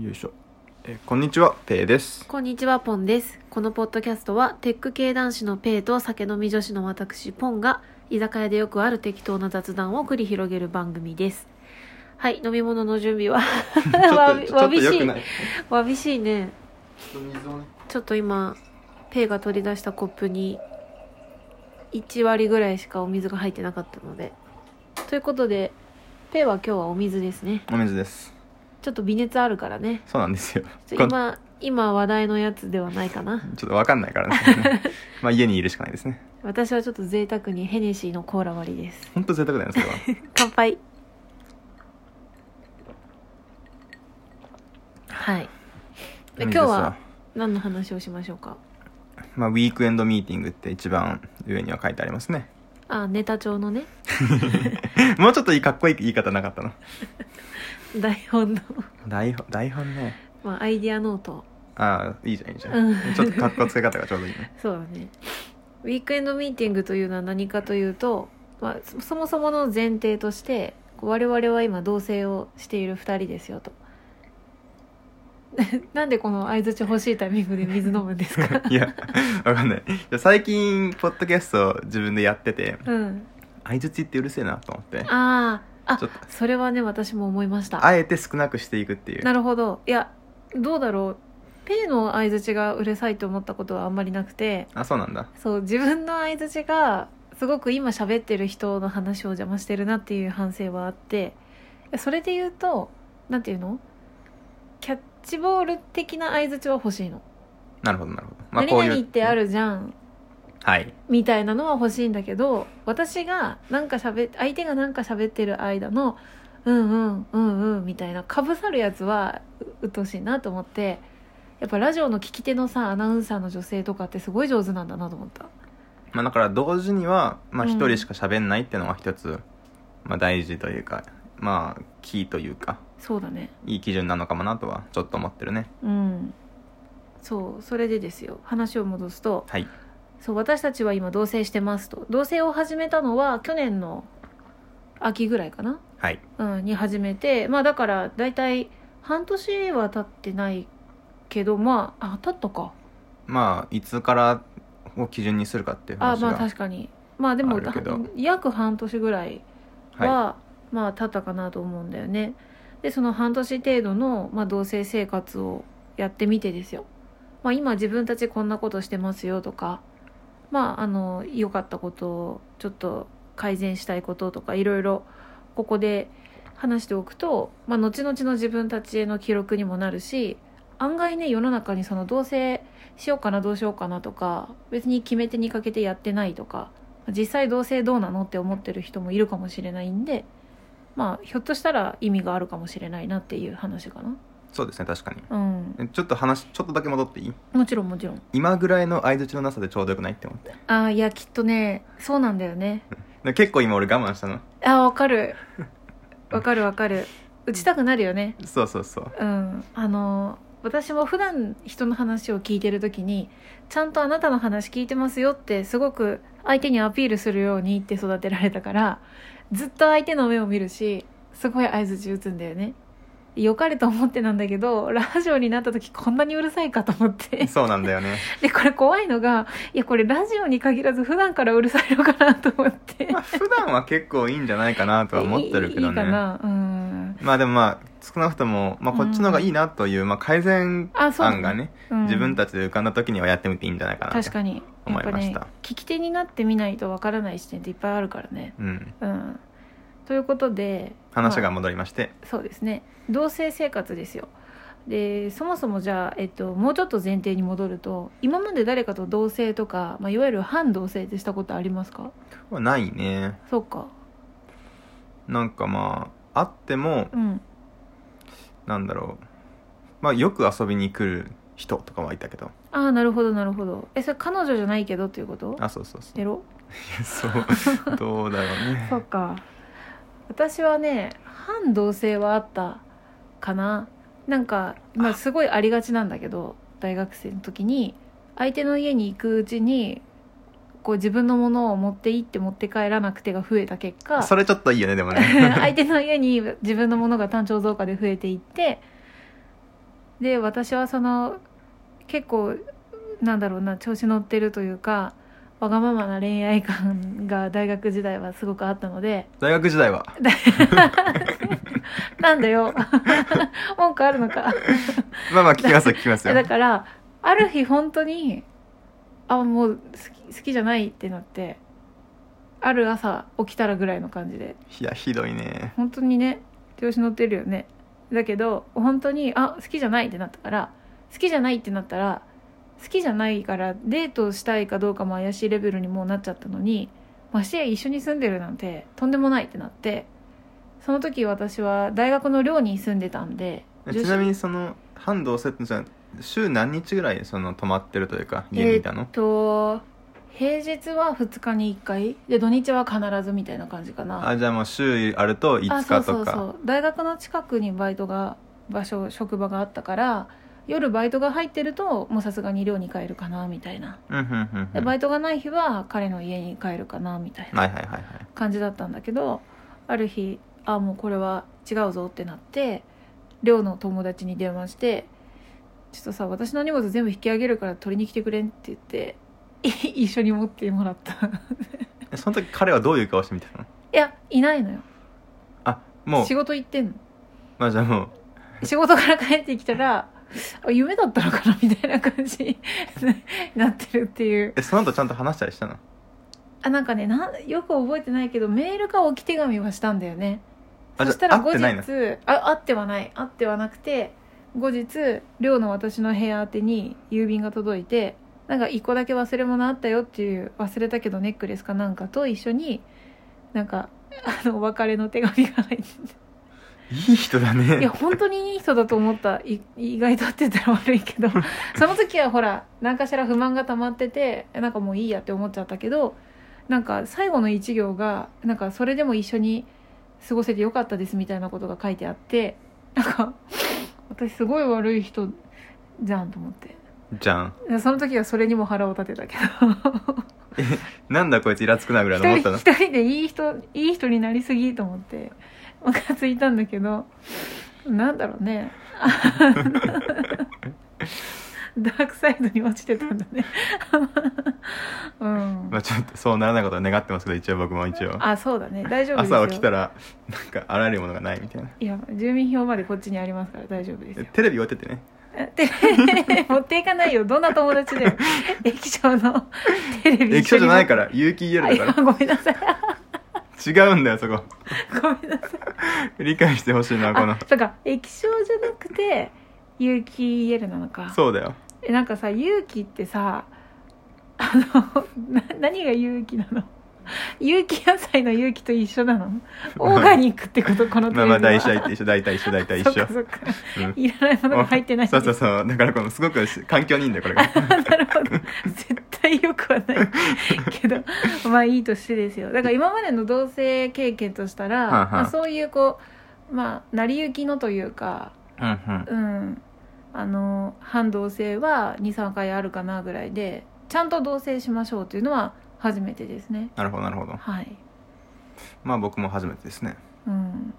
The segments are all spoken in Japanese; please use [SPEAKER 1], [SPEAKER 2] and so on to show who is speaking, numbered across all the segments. [SPEAKER 1] よいしょ、えーこんにちはペイです
[SPEAKER 2] こんにちは、ポンです。このポッドキャストは、テック系男子のペイと酒飲み女子の私、ポンが、居酒屋でよくある適当な雑談を繰り広げる番組です。はい、飲み物の準備は、
[SPEAKER 1] ちょっと
[SPEAKER 2] わび
[SPEAKER 1] ちょ
[SPEAKER 2] わ
[SPEAKER 1] っと
[SPEAKER 2] びし
[SPEAKER 1] よく
[SPEAKER 2] い
[SPEAKER 1] ない。
[SPEAKER 2] わびしいね。
[SPEAKER 1] ちょっと水をね
[SPEAKER 2] ちょっと今、ペイが取り出したコップに、1割ぐらいしかお水が入ってなかったので。ということで、ペイは今日はお水ですね。
[SPEAKER 1] お水です
[SPEAKER 2] ちょっと微熱あるからね。
[SPEAKER 1] そうなんですよ
[SPEAKER 2] ちょ
[SPEAKER 1] こん
[SPEAKER 2] 今、今話題のやつではないかな。
[SPEAKER 1] ちょっとわかんないから ねまあ家にいるしかないですね
[SPEAKER 2] 私はちょっと贅沢にヘネシーのコーラ割りです
[SPEAKER 1] ほんと贅沢だよねそれは
[SPEAKER 2] 乾杯はいで今日は何の話をしましょうか
[SPEAKER 1] 水さまあウィークエンドミーティングって一番上には書いてありますね
[SPEAKER 2] あネタ帳のね
[SPEAKER 1] もうちょっといいかっこいい言い方なかったの
[SPEAKER 2] 台本の、
[SPEAKER 1] 台本台本ね
[SPEAKER 2] まあ、アイディアノート
[SPEAKER 1] ああいいじゃんいいじゃん、
[SPEAKER 2] うん
[SPEAKER 1] ちょっとかっこつけ方がちょうどいいね
[SPEAKER 2] そうだねウィークエンドミーティングというのは何かというと、まあ、そそもそもの前提としてこう我々は今同棲をしている2人ですよと なんでこの相づち欲しいタイミングで水飲むんですか
[SPEAKER 1] いやわかんないじゃ最近ポッドキャストを自分でやってて
[SPEAKER 2] うん
[SPEAKER 1] 相づちってうるせえなと思って
[SPEAKER 2] あああ
[SPEAKER 1] ちょっと
[SPEAKER 2] それはね私も思いました
[SPEAKER 1] あえて少なくしていくっていう
[SPEAKER 2] なるほどいやどうだろうペイの相づちがうるさいと思ったことはあんまりなくて
[SPEAKER 1] あそうなんだ
[SPEAKER 2] そう自分の相づちがすごく今喋ってる人の話を邪魔してるなっていう反省はあってそれで言うとなんていうのキャッチボール的な相づちは欲しいの、
[SPEAKER 1] なるほどなるほど、
[SPEAKER 2] 何々ってあるじゃん
[SPEAKER 1] はい
[SPEAKER 2] みたいなのは欲しいんだけど私がなんか喋っ相手がなんか喋ってる間のうんうんうんうんみたいなかぶさるやつはううっとうしいなと思ってやっぱラジオの聞き手のさアナウンサーの女性とかってすごい上手なんだなと思った
[SPEAKER 1] まあだから同時にはまあ
[SPEAKER 2] うん
[SPEAKER 1] 一人しか喋んないっていうのが一つ、まあ大事というかまあキーというか
[SPEAKER 2] そうだね
[SPEAKER 1] いい基準なのかもなとはちょっと思ってるね
[SPEAKER 2] うんそうそれでですよ話を戻すと
[SPEAKER 1] はい
[SPEAKER 2] そう私たちは今同棲してますと同棲を始めたのは去年の秋ぐらいかな
[SPEAKER 1] はい
[SPEAKER 2] うん、に始めてまあだから大体半年は経ってないけどまああ経ったか
[SPEAKER 1] まあいつからを基準にするかっていう
[SPEAKER 2] あ
[SPEAKER 1] 話が
[SPEAKER 2] まあ確かにまあでも
[SPEAKER 1] あるけど
[SPEAKER 2] 約半年ぐらいは、
[SPEAKER 1] は
[SPEAKER 2] まあ経ったかなと思うんだよねでその半年程度の、まあ、同棲生活をやってみてですよ、まあ、今自分たちこんなことしてますよとかまああの良かったことをちょっと改善したいこととかいろいろここで話しておくと、まあ、後々の自分たちへの記録にもなるし案外ね世の中にその同棲しようかなどうしようかなとか別に決め手にかけてやってないとか実際同性どうなのって思ってる人もいるかもしれないんでまあひょっとしたら意味があるかもしれないなっていう話かな
[SPEAKER 1] そうですね確かに
[SPEAKER 2] うん
[SPEAKER 1] えちょっと話ちょっとだけ戻っていい
[SPEAKER 2] もちろんもちろん
[SPEAKER 1] 今ぐらいの相づちのなさでちょうどよくないって思って
[SPEAKER 2] ああいやきっとねそうなんだよね
[SPEAKER 1] で結構今俺我慢したの
[SPEAKER 2] あーわかるわかるわかる打ちたくなるよね
[SPEAKER 1] そうそうそう
[SPEAKER 2] うんあのー私も普段人の話を聞いてる時にちゃんとあなたの話聞いてますよってすごく相手にアピールするようにって育てられたからずっと相手の目を見るしすごい相づち打つんだよね良かれと思ってなんだけどラジオになった時こんなにうるさいかと思って
[SPEAKER 1] そうなんだよね
[SPEAKER 2] でこれ怖いのがいやこれラジオに限らず普段からうるさいのかなと思って
[SPEAKER 1] まあ普段は結構いいんじゃないかな とは思ってるけどね
[SPEAKER 2] いいいかなうん
[SPEAKER 1] まあでもまあ少なくとも、まあ、こっちの方がいいなという、まあ、改善
[SPEAKER 2] あそうだね
[SPEAKER 1] 案がね、
[SPEAKER 2] うん
[SPEAKER 1] 自分たちで浮かんだ時にはやってみていいんじゃないかなと
[SPEAKER 2] 確かに
[SPEAKER 1] 思いました
[SPEAKER 2] やっぱね、聞き手になってみないとわからない視点っていっぱいあるからね
[SPEAKER 1] うん、
[SPEAKER 2] うんということで
[SPEAKER 1] 話が
[SPEAKER 2] ま
[SPEAKER 1] 戻りまして、
[SPEAKER 2] あそうですね同性生活ですよでそもそもじゃあ、えっと、もうちょっと前提に戻ると今まで誰かと同性とか、まあ、いわゆる反同性ってしたことありますか
[SPEAKER 1] はないね
[SPEAKER 2] そうか
[SPEAKER 1] なんかまああっても
[SPEAKER 2] うん
[SPEAKER 1] なんだろうまあよく遊びに来る人とかはいたけど
[SPEAKER 2] ああなるほどなるほどえそれ彼女じゃないけどっていうこと
[SPEAKER 1] あそうそうそう
[SPEAKER 2] エロ
[SPEAKER 1] そうどうだろうね
[SPEAKER 2] そうか私はね反同性はあったかななんか、まあ、すごいありがちなんだけど大学生の時に相手の家に行くうちにこう自分のものを持って行って持って帰らなくてが増えた結果
[SPEAKER 1] それちょっといいよねでもね
[SPEAKER 2] 相手の家に自分のものが単調増加で増えていってで私はその結構なんだろうな調子乗ってるというかわがままな恋愛感が大学時代はすごくあったので
[SPEAKER 1] 大学時代は
[SPEAKER 2] なん だよ文句あるのか
[SPEAKER 1] まあまあ聞きますよ聞きますよ
[SPEAKER 2] だからある日本当にあもう好き好きじゃないってなってある朝起きたらぐらいの感じで
[SPEAKER 1] いやひどいね
[SPEAKER 2] 本当にね調子乗ってるよねだけど本当にあ好きじゃないってなったから好きじゃないってなったら好きじゃないからデートしたいかどうかも怪しいレベルにもうなっちゃったのにましてや一緒に住んでるなんてとんでもないってなってその時私は大学の寮に住んでたんで
[SPEAKER 1] ちなみにその半同棲ってじゃあ週何日ぐらいその泊まってるというか家にいた
[SPEAKER 2] えーっ
[SPEAKER 1] の、
[SPEAKER 2] と平日は2日に1回で土日は必ずみたいな感じかな
[SPEAKER 1] あじゃあもう週あると5
[SPEAKER 2] あ
[SPEAKER 1] 日と
[SPEAKER 2] そ
[SPEAKER 1] か
[SPEAKER 2] うそうそう大学の近くにバイトが場所職場があったから夜バイトが入ってるともうさすがに寮に帰るかなみたいな
[SPEAKER 1] うんうんうんう
[SPEAKER 2] で
[SPEAKER 1] ん
[SPEAKER 2] バ
[SPEAKER 1] はい
[SPEAKER 2] イトがない日は彼の家に帰るかなみたい
[SPEAKER 1] はい
[SPEAKER 2] な
[SPEAKER 1] はいはい
[SPEAKER 2] 感じだったんだけどある日あもうこれは違うぞってなって寮の友達に電話して「ちょっとさ私の荷物全部引き上げるから取りに来てくれん」って言って い一緒に持ってもらったい
[SPEAKER 1] えその時彼はどういう顔して見てたの
[SPEAKER 2] やいないのよ
[SPEAKER 1] あもう
[SPEAKER 2] 仕事行ってんの
[SPEAKER 1] まあじゃあもう
[SPEAKER 2] 仕事から帰ってきたらあ夢だったのかなみたいな感じに なってるっていう
[SPEAKER 1] えその後ちゃんと話したりしたの
[SPEAKER 2] あなんかねなんよく覚えてないけどメールか置き手紙はしたんだよね
[SPEAKER 1] あ
[SPEAKER 2] そしたら
[SPEAKER 1] じゃあ
[SPEAKER 2] 後
[SPEAKER 1] 会って
[SPEAKER 2] 日
[SPEAKER 1] ないの
[SPEAKER 2] あ会ってはない会ってはなくて後日寮の私の部屋宛てに郵便が届いてなんか一個だけ忘れ物あったよっていう忘れたけどネックレスかなんかと一緒になんかあのお別れの手紙が入って
[SPEAKER 1] いい人だね
[SPEAKER 2] いや本当にいい人だと思ったい意外とって言ったら悪いけどその時はほら何かしら不満が溜まっててなんかもういいやって思っちゃったけどなんか最後の一行がなんかそれでも一緒に過ごせてよかったですみたいなことが書いてあってなんか私すごい悪い人じゃんと思って
[SPEAKER 1] じゃん
[SPEAKER 2] でその時はそれにも腹を立てたけど
[SPEAKER 1] なんだこいつイラつくなぐらいの思
[SPEAKER 2] 一
[SPEAKER 1] った
[SPEAKER 2] 人
[SPEAKER 1] の
[SPEAKER 2] 一人でいい人いい人になりすぎと思ってムカついたんだけどなんだろうね ダークサイドに落ちてたんだね うん、
[SPEAKER 1] まあちょっとそうならないことを願ってますけど一応僕も一応
[SPEAKER 2] あそうだね大丈夫ですよ
[SPEAKER 1] 朝起きたらなんかあらゆるものがないみたいない
[SPEAKER 2] や住民票までこっちにありますから大丈夫ですよ
[SPEAKER 1] テレビ置いててね
[SPEAKER 2] え て持っていかないよどんな友達 だよ液晶のテレビ
[SPEAKER 1] 液晶じゃないからら有機 EL だか
[SPEAKER 2] ごめんなさい
[SPEAKER 1] ら違うんだよそこ
[SPEAKER 2] ごめんなさい
[SPEAKER 1] 理解してほしいなこの
[SPEAKER 2] あそうか液晶じゃなくて有機 EL なのか
[SPEAKER 1] そうだよ
[SPEAKER 2] えなんかさ有機ってさあのな何が有機なの有機野菜の有機と一 緒なのオーガニックってことこのテ
[SPEAKER 1] まあ
[SPEAKER 2] レビは
[SPEAKER 1] まあ大体一緒大体一緒大体一
[SPEAKER 2] そ
[SPEAKER 1] 緒
[SPEAKER 2] っかそっか
[SPEAKER 1] うん
[SPEAKER 2] いらないものが入ってないん
[SPEAKER 1] そ
[SPEAKER 2] で
[SPEAKER 1] うそうそうだからこのすごく環境にいいんだよこれが
[SPEAKER 2] なるほど絶対よくは ないけどまあいい年ですよだから今までの同性経験とした
[SPEAKER 1] は
[SPEAKER 2] ら
[SPEAKER 1] あはあ
[SPEAKER 2] まあ、そういうこうまあ成り行きのというか
[SPEAKER 1] うんうん
[SPEAKER 2] うん、あの半同棲は23回あるかなぐらいでちゃんと同棲しましょうというのは初めてですね
[SPEAKER 1] なるほどなるほど
[SPEAKER 2] はい、
[SPEAKER 1] まあ僕も初めてですね
[SPEAKER 2] うん、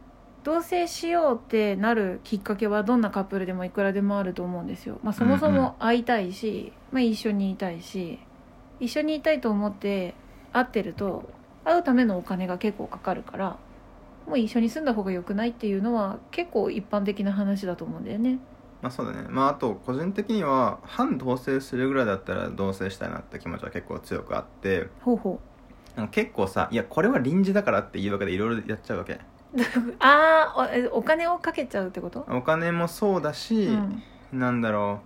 [SPEAKER 2] 同棲しようってなるきっかけはどんなカップルでもいくらでもあると思うんですよ、まあ、そもそ
[SPEAKER 1] うんうん
[SPEAKER 2] も会いたいし、まあ、一緒にいたいし一緒にいたいと思って会ってると会うためのお金が結構かかるからもう一緒に住んだ方が良くないっていうのは結構一般的な話だと思うんだよね
[SPEAKER 1] まあそうだねまああと個人的には反同棲するぐらいだったら同棲したいなって気持ちは結構強くあって
[SPEAKER 2] ほうほう
[SPEAKER 1] なんか結構さいやこれは臨時だからって言い訳でいろいろやっちゃうわけ
[SPEAKER 2] ああおえお金をかけちゃうってこと、
[SPEAKER 1] お金もそうだし、
[SPEAKER 2] うん
[SPEAKER 1] なんだろ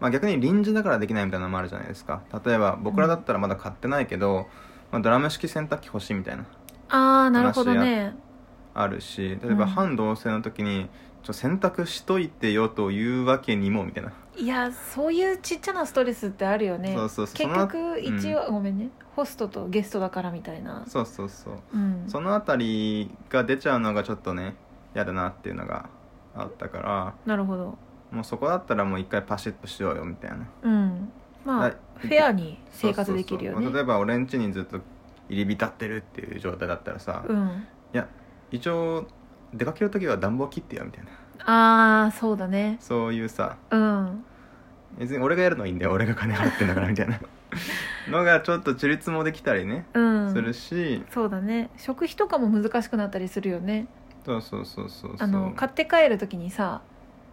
[SPEAKER 1] う、まあ、逆に臨時だからできないみたいなのもあるじゃないですか例えば僕らだったらまだ買ってないけど、まあ、ドラム式洗濯機欲しいみたいな
[SPEAKER 2] ああなるほどね
[SPEAKER 1] あるし例え
[SPEAKER 2] う
[SPEAKER 1] ば
[SPEAKER 2] ん
[SPEAKER 1] 反同性の時に「ちょ洗濯しといてよ」というわけにもみたいない
[SPEAKER 2] やそういうちっちゃなストレスってあるよね
[SPEAKER 1] そうそうそう
[SPEAKER 2] 結局
[SPEAKER 1] その
[SPEAKER 2] 一応、ごめんねホストとゲストだからみたいな
[SPEAKER 1] そうそうそう
[SPEAKER 2] うん
[SPEAKER 1] そのあたりが出ちゃうのがちょっとね嫌だなっていうのがあったから
[SPEAKER 2] なるほど
[SPEAKER 1] もうそこだったらもう一回パシッとしようよみたいな
[SPEAKER 2] うんまあ
[SPEAKER 1] はい
[SPEAKER 2] フェアに生活できるよ
[SPEAKER 1] そうそうそうまあ
[SPEAKER 2] ね
[SPEAKER 1] 例えば俺ん家にずっと入り浸ってるっていう状態だったらさ、
[SPEAKER 2] うん
[SPEAKER 1] 一応出かける時は暖房切ってよみたいな
[SPEAKER 2] ああそうだね
[SPEAKER 1] そういうさ
[SPEAKER 2] うん
[SPEAKER 1] 別に俺がやるのはいいんだよ俺が金払ってんだからみたいなのがちょっと自立もできたりね、
[SPEAKER 2] うん
[SPEAKER 1] するし
[SPEAKER 2] そうだね食費とかも難しくなったりするよね
[SPEAKER 1] そうそうそうそう
[SPEAKER 2] あの買
[SPEAKER 1] か
[SPEAKER 2] って帰る時にさ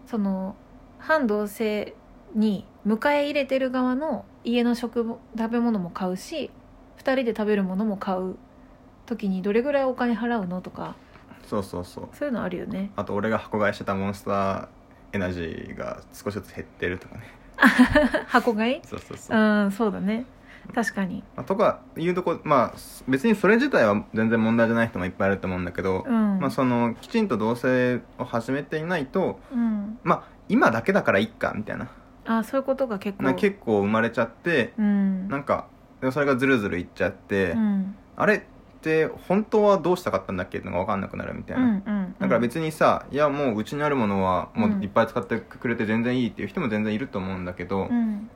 [SPEAKER 2] その反同性に迎え入れてる側の家の食も食べ物も買うし2人で食べるものも買う時にどれぐらいお金払うのとか
[SPEAKER 1] そうそうそう
[SPEAKER 2] そういうのあるよね
[SPEAKER 1] あと俺が箱買いしてたモンスターエナジーが少しずつ減ってるとかね
[SPEAKER 2] 箱買い
[SPEAKER 1] そうそうそうう、ま
[SPEAKER 2] んそうだね確かに
[SPEAKER 1] あ、とかいうとこまあ別にそれ自体は全然問題じゃない人もいっぱいいると思うんだけど、
[SPEAKER 2] うん、
[SPEAKER 1] まあ、そのきちんと同棲を始めていないと
[SPEAKER 2] うん、
[SPEAKER 1] まあ今だけだからいっかみたいな
[SPEAKER 2] あそういうことが結構
[SPEAKER 1] な結構生まれちゃって
[SPEAKER 2] うん
[SPEAKER 1] なんかでもそれがずるずるいっちゃって、
[SPEAKER 2] うん
[SPEAKER 1] あれって本当はどうしたかったんだっけっていうのが分かんなくなるみたいな、
[SPEAKER 2] うんうん
[SPEAKER 1] だから別にさいやもううちにあるものはもういっぱい使ってくれて全然いいっていう人も全然いると思うんだけど、
[SPEAKER 2] うん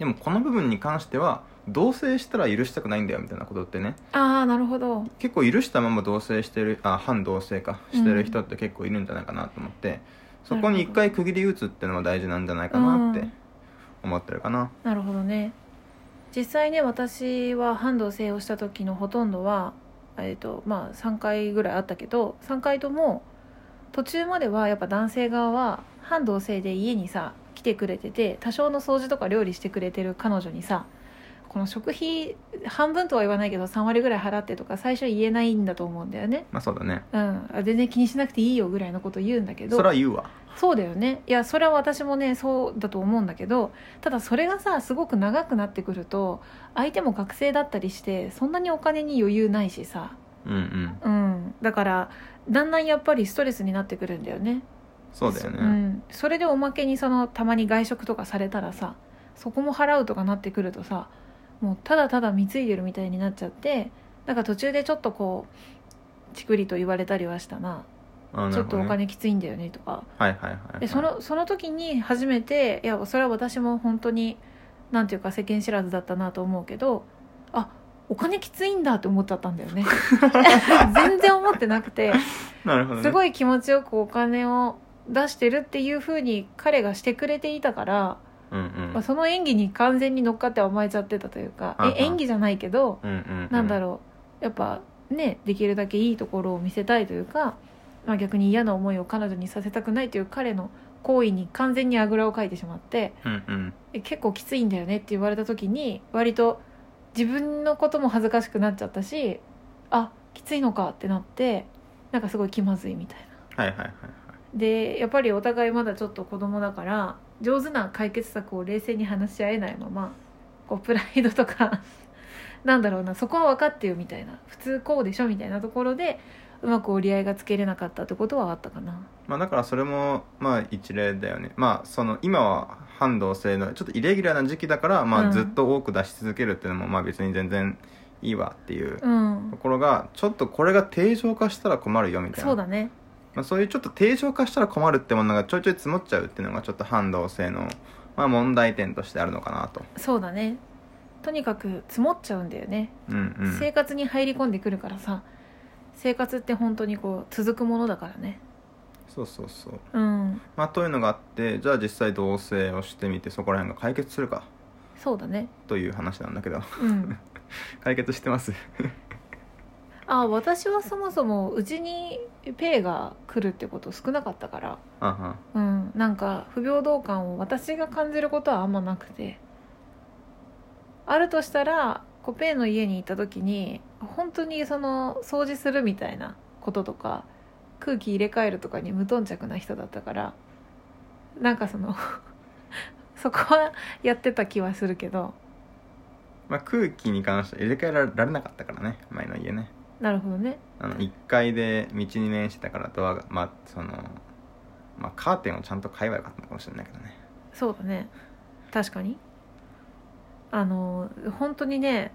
[SPEAKER 1] でもこの部分に関しては同棲したら許したくないんだよみたいなことってね
[SPEAKER 2] ああなるほど
[SPEAKER 1] 結構許したまま同棲してるあ反同棲かしてる人って結構いるんじゃないかなと思って、そこに一回区切り打つっていうのも大事なんじゃないかなっ
[SPEAKER 2] う
[SPEAKER 1] て
[SPEAKER 2] ん
[SPEAKER 1] 思ってるかな
[SPEAKER 2] なるほどね実際ね私は半同棲をした時のほとんどは、えーとまあ、3回ぐらいあったけど3回とも途中まではやっぱ男性側は半同棲で家にさ来てくれてて多少の掃除とか料理してくれてる彼女にさこの食費半分とは言わないけど3割ぐらい払ってとか最初言えないんだと思うんだよね、
[SPEAKER 1] まあそうだね
[SPEAKER 2] うん、あ全然気にしなくていいよぐらいのこと言うんだけど
[SPEAKER 1] それは言うわ
[SPEAKER 2] そうだよねいやそれは私もねそうだと思うんだけどただそれがさすごく長くなってくると相手も学生だったりしてそんなにお金に余裕ないしさ、
[SPEAKER 1] うんうん
[SPEAKER 2] うん、だからだんだんやっぱりストレスになってくるんだよね
[SPEAKER 1] そうだよね、
[SPEAKER 2] ん、それでおまけにそのたまに外食とかされたらさそこも払うとかなってくるとさもうただただ貢いでるみたいになっちゃってなんか途中でちょっとこうちくりと言われたりはしたな
[SPEAKER 1] あな
[SPEAKER 2] ち
[SPEAKER 1] る
[SPEAKER 2] ょっ
[SPEAKER 1] ほ
[SPEAKER 2] と
[SPEAKER 1] ど
[SPEAKER 2] お
[SPEAKER 1] ね
[SPEAKER 2] 金きついんだよねとか
[SPEAKER 1] はいはいはい、はい、
[SPEAKER 2] でそのその時に初めていやそれは私も本当になんていうか世間知らずだったなと思うけどあお金きついんだって思っちゃったんだ よね全然思ってなくて
[SPEAKER 1] なるほど、ね、
[SPEAKER 2] す
[SPEAKER 1] い
[SPEAKER 2] ごい気持ちよくお金を出してるっていう風に彼がしてくれていたから、
[SPEAKER 1] うんう
[SPEAKER 2] まあ、
[SPEAKER 1] ん
[SPEAKER 2] その演技に完全に乗っかって甘えちゃってたというか、
[SPEAKER 1] はいはい
[SPEAKER 2] え演技じゃないけど
[SPEAKER 1] うんうん
[SPEAKER 2] なんだ
[SPEAKER 1] う
[SPEAKER 2] ろうやっぱねできるだけいいところを見せたいというか、まあ、逆に嫌な思いを彼女にさせたくないという彼の行為に完全にあぐらをかいてしまって
[SPEAKER 1] うんうん
[SPEAKER 2] え結構きついんだよねって言われた時に割と自分のことも恥ずかしくなっちゃったしあきついのかってなってなんかすごい気まずいみたいな。
[SPEAKER 1] はいはいはいはい
[SPEAKER 2] でやっぱりお互いまだちょっと子供だから上手な解決策を冷静に話し合えないままこうプライドとか なんだろうなそこは分かってよみたいな普通こうでしょみたいなところでうまく折り合いがつけれなかったってことはあったかな
[SPEAKER 1] まあだからそれもまあ一例だよねまあその今は反動性のちょっとイレギュラーな時期だからま
[SPEAKER 2] うん
[SPEAKER 1] あずっと多く出し続けるっていうのもまあ別に全然いいわっていう
[SPEAKER 2] う
[SPEAKER 1] と
[SPEAKER 2] ん
[SPEAKER 1] ころがちょっとこれが定常化したら困るよみたいな
[SPEAKER 2] そうだね
[SPEAKER 1] まあ、そういうちょっと定常化したら困るってものがちょいちょい積もっちゃうっていうのがちょっと反動性のまあ問題点としてあるのかなと
[SPEAKER 2] そうだねとにかく積もっちゃうんだよね、
[SPEAKER 1] うんうん
[SPEAKER 2] 生活に入り込んでくるからさ生活って本当にこう続くものだからね
[SPEAKER 1] そうそうそう
[SPEAKER 2] うん
[SPEAKER 1] まあというのがあってじゃあ実際同棲をしてみてそこら辺が解決するか
[SPEAKER 2] そうだね
[SPEAKER 1] という話なんだけど
[SPEAKER 2] うん
[SPEAKER 1] 解決してます
[SPEAKER 2] あ私はそもそもうちにペイが来るってこと少なかったから、
[SPEAKER 1] あは
[SPEAKER 2] うん、なんか不平等感を私が感じることはあんまなくてあるとしたらこうペイの家に行った時に本当にその掃除するみたいなこととか空気入れ替えるとかに無頓着な人だったからなんかその そこはやってた気はするけど
[SPEAKER 1] まあ、空気に関しては入れ替えられなかったからね前の家ね
[SPEAKER 2] なるほどね
[SPEAKER 1] あの1階で道に面してたからドアがまあそのまあカーテンをちゃんと買えばよかったのかもしれないけどね
[SPEAKER 2] そうだね確かにあの本当にね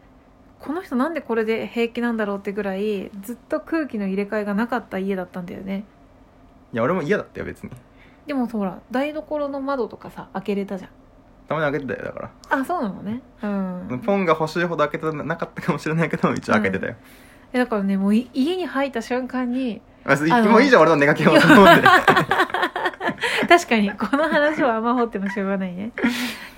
[SPEAKER 2] この人なんでこれで平気なんだろうってぐらいずっと空気の入れ替えがなかった家だったんだよね
[SPEAKER 1] いや俺も嫌だったよ別に
[SPEAKER 2] でもほら台所の窓とかさ開けれたじゃん
[SPEAKER 1] たまに開けてたよだから
[SPEAKER 2] あそうなのねうん
[SPEAKER 1] ポンが欲しいほど開けてなかったかもしれないけど一応開けてたよ、
[SPEAKER 2] えだからねもうい家に入った瞬間に
[SPEAKER 1] あ
[SPEAKER 2] あの
[SPEAKER 1] もういいじゃん俺の寝かけをと思って
[SPEAKER 2] 確かにこの話はあんま掘ってもしょうがないね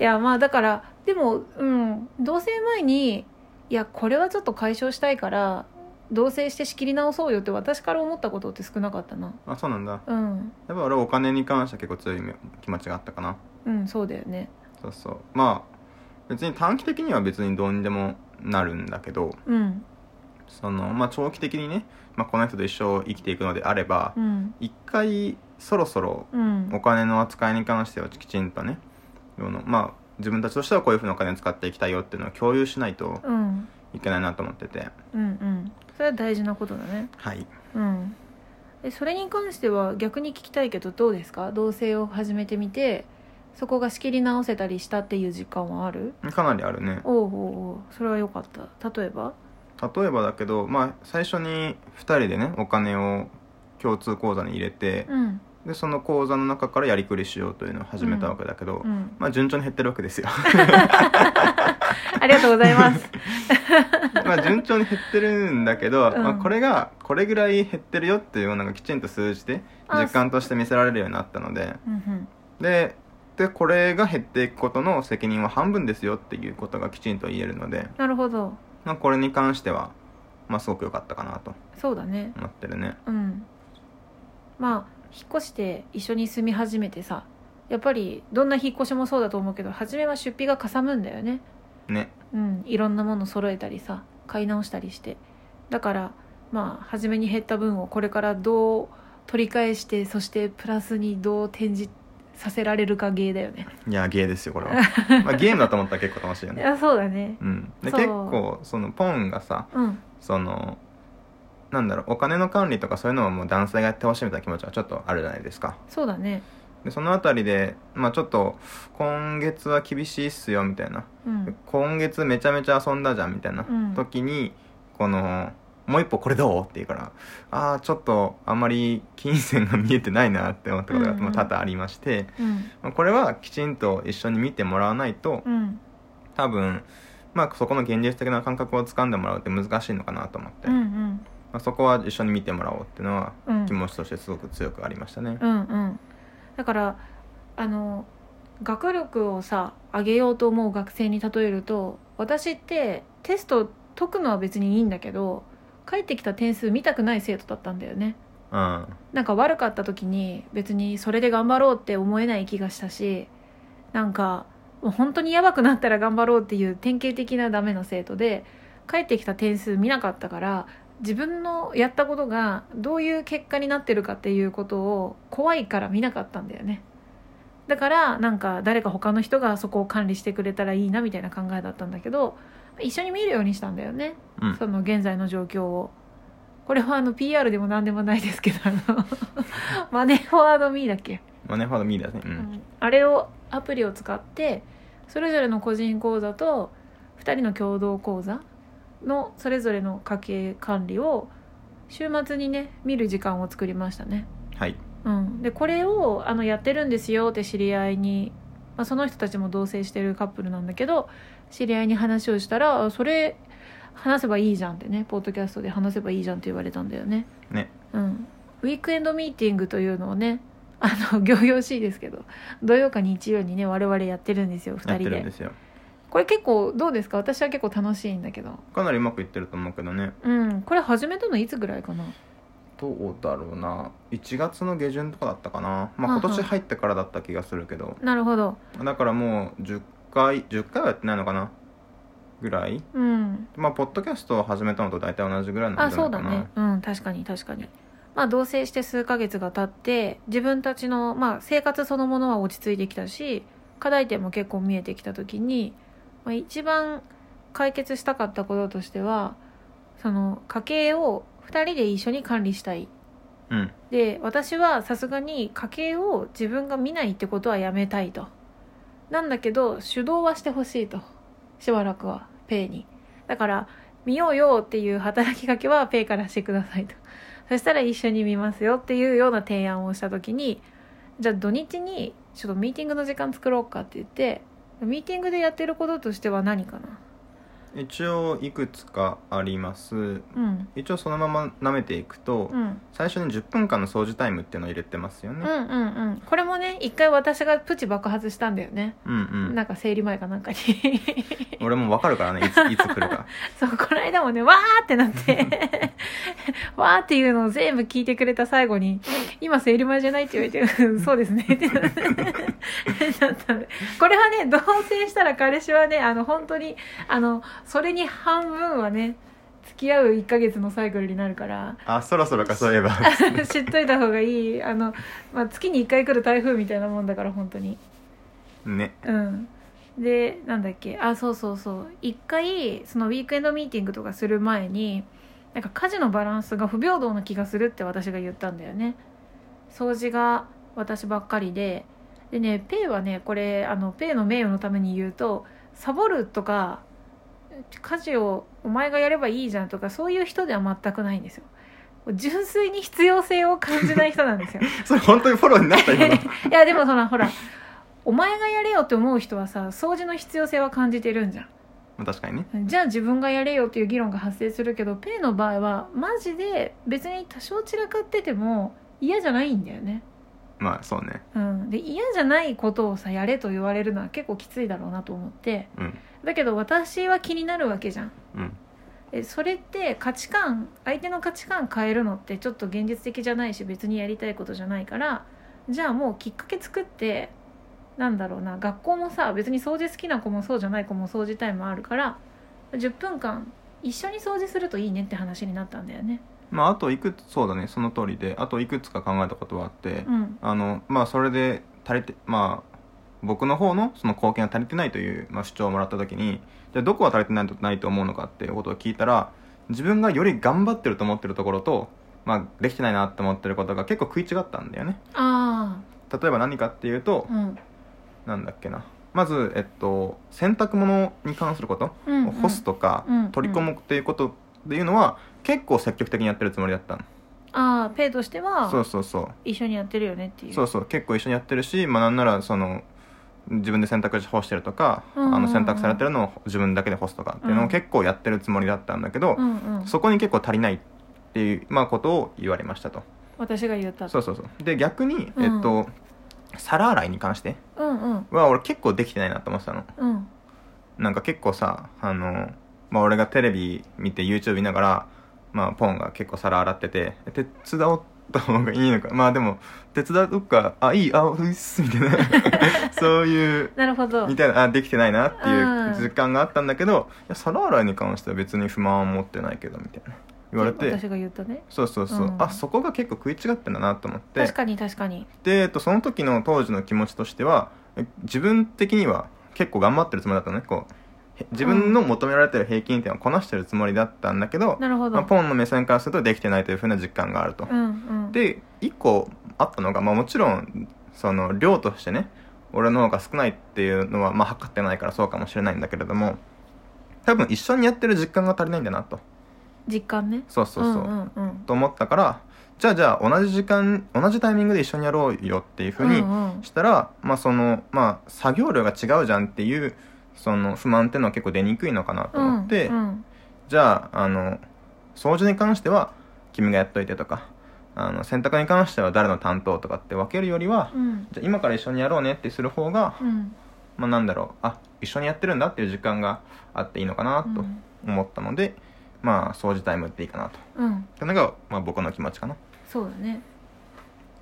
[SPEAKER 2] いやまあだからでもうん同棲前にいやこれはちょっと解消したいから同棲して仕切り直そうよって私から思ったことって少なかったな
[SPEAKER 1] あそうなんだやっ
[SPEAKER 2] うん
[SPEAKER 1] ぱ俺はお金に関しては結構強い気持ちがあったかな
[SPEAKER 2] うんそうだよね
[SPEAKER 1] そうそうまあ別に短期的には別にどうにでもなるんだけど
[SPEAKER 2] うん
[SPEAKER 1] そのまあ長期的にね、まあ、この人と一生生きていくのであれば
[SPEAKER 2] うん
[SPEAKER 1] 一回そろそろ
[SPEAKER 2] うん
[SPEAKER 1] お金の扱いに関してはきちんとねあのまあ自分たちとしてはこういうふうなお金を使っていきたいよっていうのを共有しないと
[SPEAKER 2] うん
[SPEAKER 1] いけないなと思ってて
[SPEAKER 2] うんうんそれは大事なことだね
[SPEAKER 1] はい
[SPEAKER 2] うんでそれに関しては逆に聞きたいけどどうですか同棲を始めてみてそこが仕切り直せたりしたっていう実感はある
[SPEAKER 1] かなりあるね
[SPEAKER 2] おうおうおうそれは良かった例えば
[SPEAKER 1] 例えばだけどまあ最初に2人でねお金を共通口座に入れて
[SPEAKER 2] うん
[SPEAKER 1] でその口座の中からやりくりしようというのを始めたわけだけど、
[SPEAKER 2] うん
[SPEAKER 1] まあ順調に減ってるわけですよ
[SPEAKER 2] ありがとうございます
[SPEAKER 1] まあ順調に減ってるんだけど、
[SPEAKER 2] うん
[SPEAKER 1] まあ、これがこれぐらい減ってるよっていうのがきちんと数字で
[SPEAKER 2] あ
[SPEAKER 1] 実感として見せられるようになったので
[SPEAKER 2] うんうん
[SPEAKER 1] ででこれが減っていくことの責任は半分ですよっていうことがきちんと言えるので、
[SPEAKER 2] なるほど
[SPEAKER 1] まあ、これに関しては、まあ、すごく良かったかなと
[SPEAKER 2] そうだね
[SPEAKER 1] 思ってるね
[SPEAKER 2] うんまあ引っ越して一緒に住み始めてさやっぱりどんな引っ越しもそうだと思うけど初めは出費がかさむんだよね
[SPEAKER 1] ね
[SPEAKER 2] うん、いろんなもの揃えたりさ買い直したりしてだからまあ初めに減った分をこれからどう取り返してそしてプラスにどう転じさせられるか芸だよね
[SPEAKER 1] いやゲーですよ これは、まあ、ゲームだと思ったら結構楽しいよ
[SPEAKER 2] い
[SPEAKER 1] ね、
[SPEAKER 2] やそうだね
[SPEAKER 1] うん、で
[SPEAKER 2] そう
[SPEAKER 1] 結構そのポンがさ
[SPEAKER 2] うん
[SPEAKER 1] そのなんだろうお金の管理とかそういうのはもう男性がやってほしいみたいな気持ちはちょっとあるじゃないですか
[SPEAKER 2] そうだね
[SPEAKER 1] でそのあたりで、まあ、ちょっと今月は厳しいっすよみたいな
[SPEAKER 2] うん
[SPEAKER 1] 今月めちゃめちゃ遊んだじゃんみたいな
[SPEAKER 2] うん
[SPEAKER 1] 時に、このもう一歩これどうって言うからああちょっとあんまり金銭が見えてないなって思ったことが
[SPEAKER 2] うんうん
[SPEAKER 1] まあ多々ありまして、
[SPEAKER 2] うん
[SPEAKER 1] まあこれはきちんと一緒に見てもらわないと
[SPEAKER 2] うん
[SPEAKER 1] 多分、まあ、そこの現実的な感覚をつかんでもらうって難しいのかなと思って、
[SPEAKER 2] うんう
[SPEAKER 1] ま
[SPEAKER 2] ん
[SPEAKER 1] あ、そこは一緒に見てもらおうっていうのは
[SPEAKER 2] うん
[SPEAKER 1] 気持ちとしてすごく強くありましたね。
[SPEAKER 2] うんうんだからあの学力をさ上げようと思う学生に例えると私ってテスト解くのは別にいいんだけど返ってきた点数見たくない生徒だったんだよね
[SPEAKER 1] うん
[SPEAKER 2] なんか悪かった時に別にそれで頑張ろうって思えない気がしたしなんかもう本当にやばくなったら頑張ろうっていう典型的なダメな生徒で帰ってきた点数見なかったから自分のやったことがどういう結果になってるかっていうことを怖いから見なかったんだよねだからなんか誰か他の人がそこを管理してくれたらいいなみたいな考えだったんだけど一緒に見るようにしたんだよね
[SPEAKER 1] うん
[SPEAKER 2] その現在の状況をこれはあの PR でも何でもないですけどあの マネーフォワードミーだっけ、
[SPEAKER 1] マネーフォワードミーだね、うん
[SPEAKER 2] あれをアプリを使ってそれぞれの個人口座と2人の共同口座のそれぞれの家計管理を週末にね見る時間を作りましたね、
[SPEAKER 1] はい
[SPEAKER 2] うん、でこれをあのやってるんですよって知り合いに、まあ、その人たちも同棲してるカップルなんだけど知り合いに話をしたらあ「それ話せばいいじゃん」ってねポッドキャストで話せばいいじゃんって言われたんだよね。
[SPEAKER 1] ね
[SPEAKER 2] うん、ウィークエンドミーティングというのをねあの 行々しいですけど土曜か日曜にね我々やってるんですよ
[SPEAKER 1] や
[SPEAKER 2] 2
[SPEAKER 1] って
[SPEAKER 2] 人
[SPEAKER 1] るん
[SPEAKER 2] で
[SPEAKER 1] ですよ
[SPEAKER 2] これ結構どうですか私は結構楽しいんだけど
[SPEAKER 1] かなりうまくいってると思うけどね
[SPEAKER 2] うんこれ始めたのいつぐらいかな
[SPEAKER 1] どうだろうな1月の下旬とかだったかな、まあ、
[SPEAKER 2] はあは
[SPEAKER 1] 今
[SPEAKER 2] あ
[SPEAKER 1] 年入ってからだった気がするけど
[SPEAKER 2] なるほど
[SPEAKER 1] だからもう10回10回はやってないのかなぐらい
[SPEAKER 2] うん
[SPEAKER 1] まあポッドキャストを始めたのと大体同じぐらいなん
[SPEAKER 2] あ
[SPEAKER 1] じゃない
[SPEAKER 2] そ
[SPEAKER 1] うか
[SPEAKER 2] だ
[SPEAKER 1] な
[SPEAKER 2] ねうん確かに確かにまあ同棲して数ヶ月が経って自分たちの、まあ、生活そのものは落ち着いてきたし課題点も結構見えてきた時に、まあ、一番解決したかったこととしてはその家計を2人で一緒に管理したい
[SPEAKER 1] うん
[SPEAKER 2] で私はさすがに家計を自分が見ないってことはやめたいとなんだけど主導はしてほしいとしばらくはペイにだから見ようよっていう働きかけはペイからしてくださいとそしたら一緒に見ますよっていうような提案をした時にじゃあ土日にちょっとミーティングの時間作ろうかって言ってミーティングでやってることとしては何かな
[SPEAKER 1] 一応いくつかあります
[SPEAKER 2] うん
[SPEAKER 1] 一応そのまま舐めていくと、
[SPEAKER 2] うん
[SPEAKER 1] 最初に10分間の掃除タイムっていうのを入れてますよ
[SPEAKER 2] う
[SPEAKER 1] ね、
[SPEAKER 2] んうんうんこれもね一回私がプチ爆発したんだよね、
[SPEAKER 1] うん、うん
[SPEAKER 2] なんか生理前かなんかに
[SPEAKER 1] 俺も分かるからねいついつ来るか
[SPEAKER 2] そうこの間もねわーってなってわーっていうのを全部聞いてくれた最後に「今生理前じゃない?」って言われてうん「そうですね」ってなって なったんでこれはね同棲したら彼氏はねあの本当にあのそれに半分はね付き合う1ヶ月のサイクルになるから。
[SPEAKER 1] あそろそろかそういえ ば
[SPEAKER 2] 知っといた方がいいあの、まあ、月に1回来る台風みたいなもんだから本当に
[SPEAKER 1] ね
[SPEAKER 2] うんでなんだっけあそうそうそう一回そのウィークエンドミーティングとかする前になんか家事のバランスが不平等な気がするって私が言ったんだよね掃除が私ばっかりででねペイはねこれあのペイの名誉のために言うとサボるとか家事をお前がやればいいじゃんとかそういう人では全くないんですよ純粋に必要性を感じない人なんですよ
[SPEAKER 1] それ本当にフォローになった今の
[SPEAKER 2] いやでもそのほらお前がやれよって思う人はさ掃除の必要性は感じてるんじゃ
[SPEAKER 1] まあ確かにね
[SPEAKER 2] んじゃあ自分がやれよっていう議論が発生するけどペイの場合はマジで別に多少散らかってても嫌じゃないんだよね、
[SPEAKER 1] まあそうね
[SPEAKER 2] うん、で嫌じゃないことをさやれと言われるのは結構きついだろうなと思って
[SPEAKER 1] うん
[SPEAKER 2] だけど私は気になるわけじゃん
[SPEAKER 1] うん
[SPEAKER 2] えそれって価値観相手の価値観変えるのってちょっと現実的じゃないし別にやりたいことじゃないからじゃあもうきっかけ作ってなんだろうな学校もさ別に掃除好きな子もそうじゃない子も掃除タイムあるから10分間一緒に掃除するといいねって話になったんだよね。
[SPEAKER 1] まああといくつそうだねその通りであといくつか考えたことはあって、
[SPEAKER 2] うん、
[SPEAKER 1] あのまあそれで足りてまあ僕の方のその貢献が足りてないという、まあ、主張をもらった時にじゃあどこが足りてないとないと思うのかっていうことを聞いたら自分がより頑張ってると思ってるところと、まあ、できてないなって思ってることが結構食い違ったんだよね
[SPEAKER 2] あ
[SPEAKER 1] 例えば何かっていうと
[SPEAKER 2] あ、うん
[SPEAKER 1] なんだっけなまず、えっと、洗濯物に関すること、
[SPEAKER 2] うんうん
[SPEAKER 1] 干すとか、
[SPEAKER 2] うんうん
[SPEAKER 1] 取り込むっていうことっていうのは結構積極的にやってるつもりだったの
[SPEAKER 2] ああペイとして
[SPEAKER 1] そう
[SPEAKER 2] は
[SPEAKER 1] そうそう
[SPEAKER 2] 一緒にやってるよねっていう。
[SPEAKER 1] そうそう結構一緒にやってるし、まあ、なんならその自分で洗濯干してるとか、
[SPEAKER 2] うんうんうん
[SPEAKER 1] あの洗濯されてるのを自分だけで干すとかっていうの
[SPEAKER 2] うん
[SPEAKER 1] を結構やってるつもりだったんだけど、
[SPEAKER 2] うんうん、
[SPEAKER 1] そこに結構足りないっていう、まあ、ことを言われましたと
[SPEAKER 2] 私が言った
[SPEAKER 1] そうそうそうで逆に、
[SPEAKER 2] うん
[SPEAKER 1] えっと皿洗いに関して
[SPEAKER 2] うんうん
[SPEAKER 1] は俺結構できてないなと思ってたの
[SPEAKER 2] うん
[SPEAKER 1] なんか結構さあの、まあ、俺がテレビ見て YouTube 見ながら、まあ、ポンが結構皿洗ってて手伝おうと思うがいいのかまあでも手伝うかあいいあういっすみたい なそういう
[SPEAKER 2] なるほど
[SPEAKER 1] みたいなあできてないなって
[SPEAKER 2] うん
[SPEAKER 1] いう実感があったんだけど、いや皿洗いに関しては別に不満は持ってないけどみたいな言われて
[SPEAKER 2] 私が言ったね
[SPEAKER 1] そうそうそう、
[SPEAKER 2] うん
[SPEAKER 1] あそこが結構食い違ってんだなと思って
[SPEAKER 2] 確かに確かに
[SPEAKER 1] で、えっと、その時の当時の気持ちとしてはえ自分的には結構頑張ってるつもりだったのねこうへ自分の求められてる平均点をこなしてるつもりだったんだけど、
[SPEAKER 2] なるほど、
[SPEAKER 1] まあ、ポンの目線からするとできてないというふうな実感があると、
[SPEAKER 2] うんうん、
[SPEAKER 1] で一個あったのが、まあ、もちろんその量としてね俺の方が少ないっていうのは、まあ、測ってないからそうかもしれないんだけれども多分一緒にやってる実感が足りないんだなと
[SPEAKER 2] 実感ね
[SPEAKER 1] そうそうそう、
[SPEAKER 2] んうんうん、
[SPEAKER 1] と思ったからじゃあじゃあ同じ時間同じタイミングで一緒にやろうよっていうふうに
[SPEAKER 2] うんうん
[SPEAKER 1] したら、まあそのまあ、作業量が違うじゃんっていうその不満っていうのは結構出にくいのかなと思って、
[SPEAKER 2] うんうん
[SPEAKER 1] じゃああの掃除に関しては君がやっといてとかあの洗濯に関しては誰の担当とかって分けるよりは、
[SPEAKER 2] うん
[SPEAKER 1] じゃあ今から一緒にやろうねってする方が、
[SPEAKER 2] うん
[SPEAKER 1] まあ、なんだろうあ一緒にやってるんだっていう時間があっていいのかなと思ったので、まあ掃除タイムっていいかなと。
[SPEAKER 2] うん
[SPEAKER 1] ってのが、まあ、僕の気持ちかな。
[SPEAKER 2] そうだね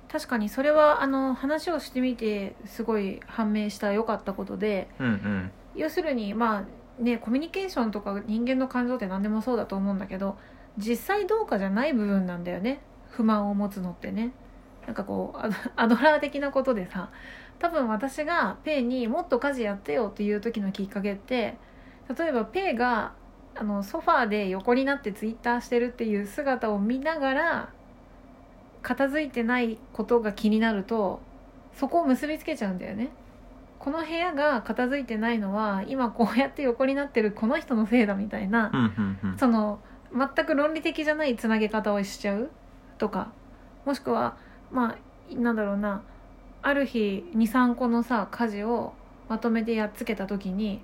[SPEAKER 2] 確かにそれはあの話をしてみてすごい判明した良かったことで
[SPEAKER 1] うんうん
[SPEAKER 2] 要するにまあねコミュニケーションとか人間の感情って何でもそうだと思うんだけど実際どうかじゃない部分なんだよね不満を持つのってねなんかこうアド アドラー的なことでさ多分私がペイにもっと家事やってよっていう時のきっかけって例えばペイがあのソファーで横になってツイッターしてるっていう姿を見ながら片付いてないことが気になるとそこを結びつけちゃうんだよねこの部屋が片付いてないのは今こうやって横になってるこの人のせいだみたいな、
[SPEAKER 1] うんうんうん
[SPEAKER 2] その全く論理的じゃないつなげ方をしちゃうとかもしくはまあなんだろうなある日23個のさ家事をまとめてやっつけた時に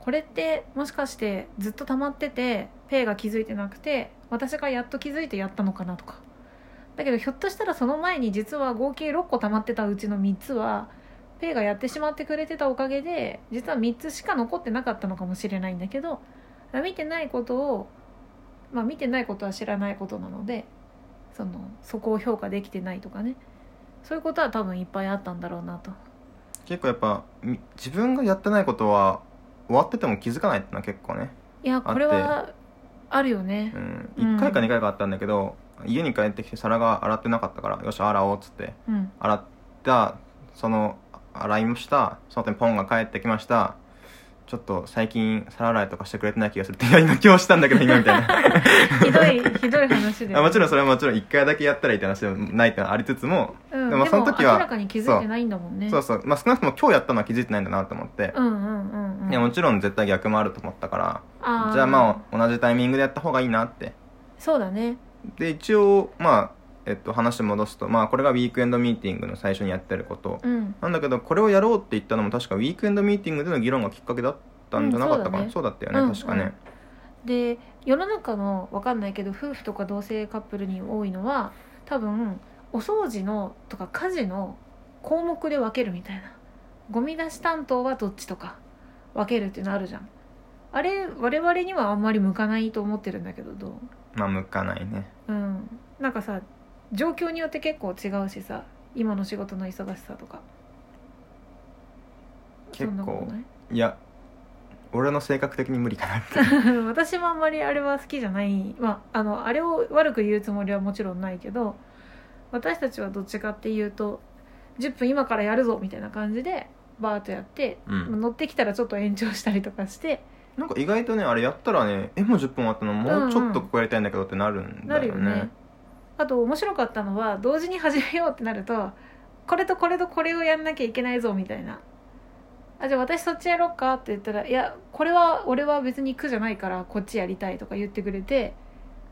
[SPEAKER 2] これってもしかしてずっと溜まっててペイが気づいてなくて私がやっと気づいてやったのかなとかだけどひょっとしたらその前に実は合計6個溜まってたうちの3つはペイがやってしまってくれてたおかげで実は3つしか残ってなかったのかもしれないんだけど見てないことをまあ見てないことは知らないことなのでそのそこを評価できてないとかねそういうことは多分いっぱいあったんだろうなと
[SPEAKER 1] 結構やっぱみ自分がやってないことは終わってても気づかないってのは結構ね、
[SPEAKER 2] いやこれはあるよね
[SPEAKER 1] うん、
[SPEAKER 2] うん
[SPEAKER 1] 1回か2回かあったんだけど、家に帰ってきて皿が洗ってなかったからよし洗おうっつって
[SPEAKER 2] うん
[SPEAKER 1] 洗ったその洗いましたその後にポンが帰ってきましたちょっと最近皿洗いとかしてくれてない気がするっていや今今日したんだけど今みたいな
[SPEAKER 2] ひどいひどい話で
[SPEAKER 1] あもちろんそれはもちろん1回だけやったらいいって話でもないってのはありつつも、
[SPEAKER 2] うん、
[SPEAKER 1] で
[SPEAKER 2] で
[SPEAKER 1] も
[SPEAKER 2] も
[SPEAKER 1] その時は
[SPEAKER 2] 明らかに気づいてないんだもんね
[SPEAKER 1] そうそう、まあ、少なくとも今日やったのは気づいてないんだなと思って、
[SPEAKER 2] うんうんうんうん
[SPEAKER 1] いやもちろん絶対逆もあると思ったから
[SPEAKER 2] あー
[SPEAKER 1] じゃあまあ同じタイミングでやった方がいいなって
[SPEAKER 2] そうだね
[SPEAKER 1] で一応まあ、えっと、話戻すと、まあ、これがウィークエンドミーティングの最初にやってること
[SPEAKER 2] うん
[SPEAKER 1] なんだけどこれをやろうって言ったのも確かウィークエンドミーティングでの議論がきっかけだったんじゃなかったかな、
[SPEAKER 2] うん
[SPEAKER 1] そうだったよ
[SPEAKER 2] う
[SPEAKER 1] ね
[SPEAKER 2] んうん
[SPEAKER 1] 確かね、
[SPEAKER 2] で世の中のわかんないけど夫婦とか同性カップルに多いのは多分お掃除のとか家事の項目で分けるみたいなゴミ出し担当はどっちとか分けるっていうのあるじゃんあれ我々にはあんまり向かないと思ってるんだけどどう
[SPEAKER 1] まあ向かないね
[SPEAKER 2] うん、なんかさ状況によって結構違うしさ今の仕事の忙しさとか
[SPEAKER 1] 結
[SPEAKER 2] そんなこ
[SPEAKER 1] 構
[SPEAKER 2] とない
[SPEAKER 1] いや俺の性格的に無理かなって
[SPEAKER 2] 私もあんまりあれは好きじゃない、まあ、あのあれを悪く言うつもりはもちろんないけど私たちはどっちかっていうと10分今からやるぞみたいな感じでバーッとやって、
[SPEAKER 1] うん
[SPEAKER 2] 乗ってきたらちょっと延長したりとかして
[SPEAKER 1] なんか意外とねあれやったらねえもう10分終わったのもうちょっとここやりたいんだけどってなるん
[SPEAKER 2] な
[SPEAKER 1] だ
[SPEAKER 2] るよ
[SPEAKER 1] よね,、
[SPEAKER 2] ねあと面白かったのは同時に始めようってなるとこれとこれとこれをやんなきゃいけないぞみたいなあじゃあ私そっちやろっかって言ったらいやこれは俺は別に苦じゃないからこっちやりたいとか言ってくれて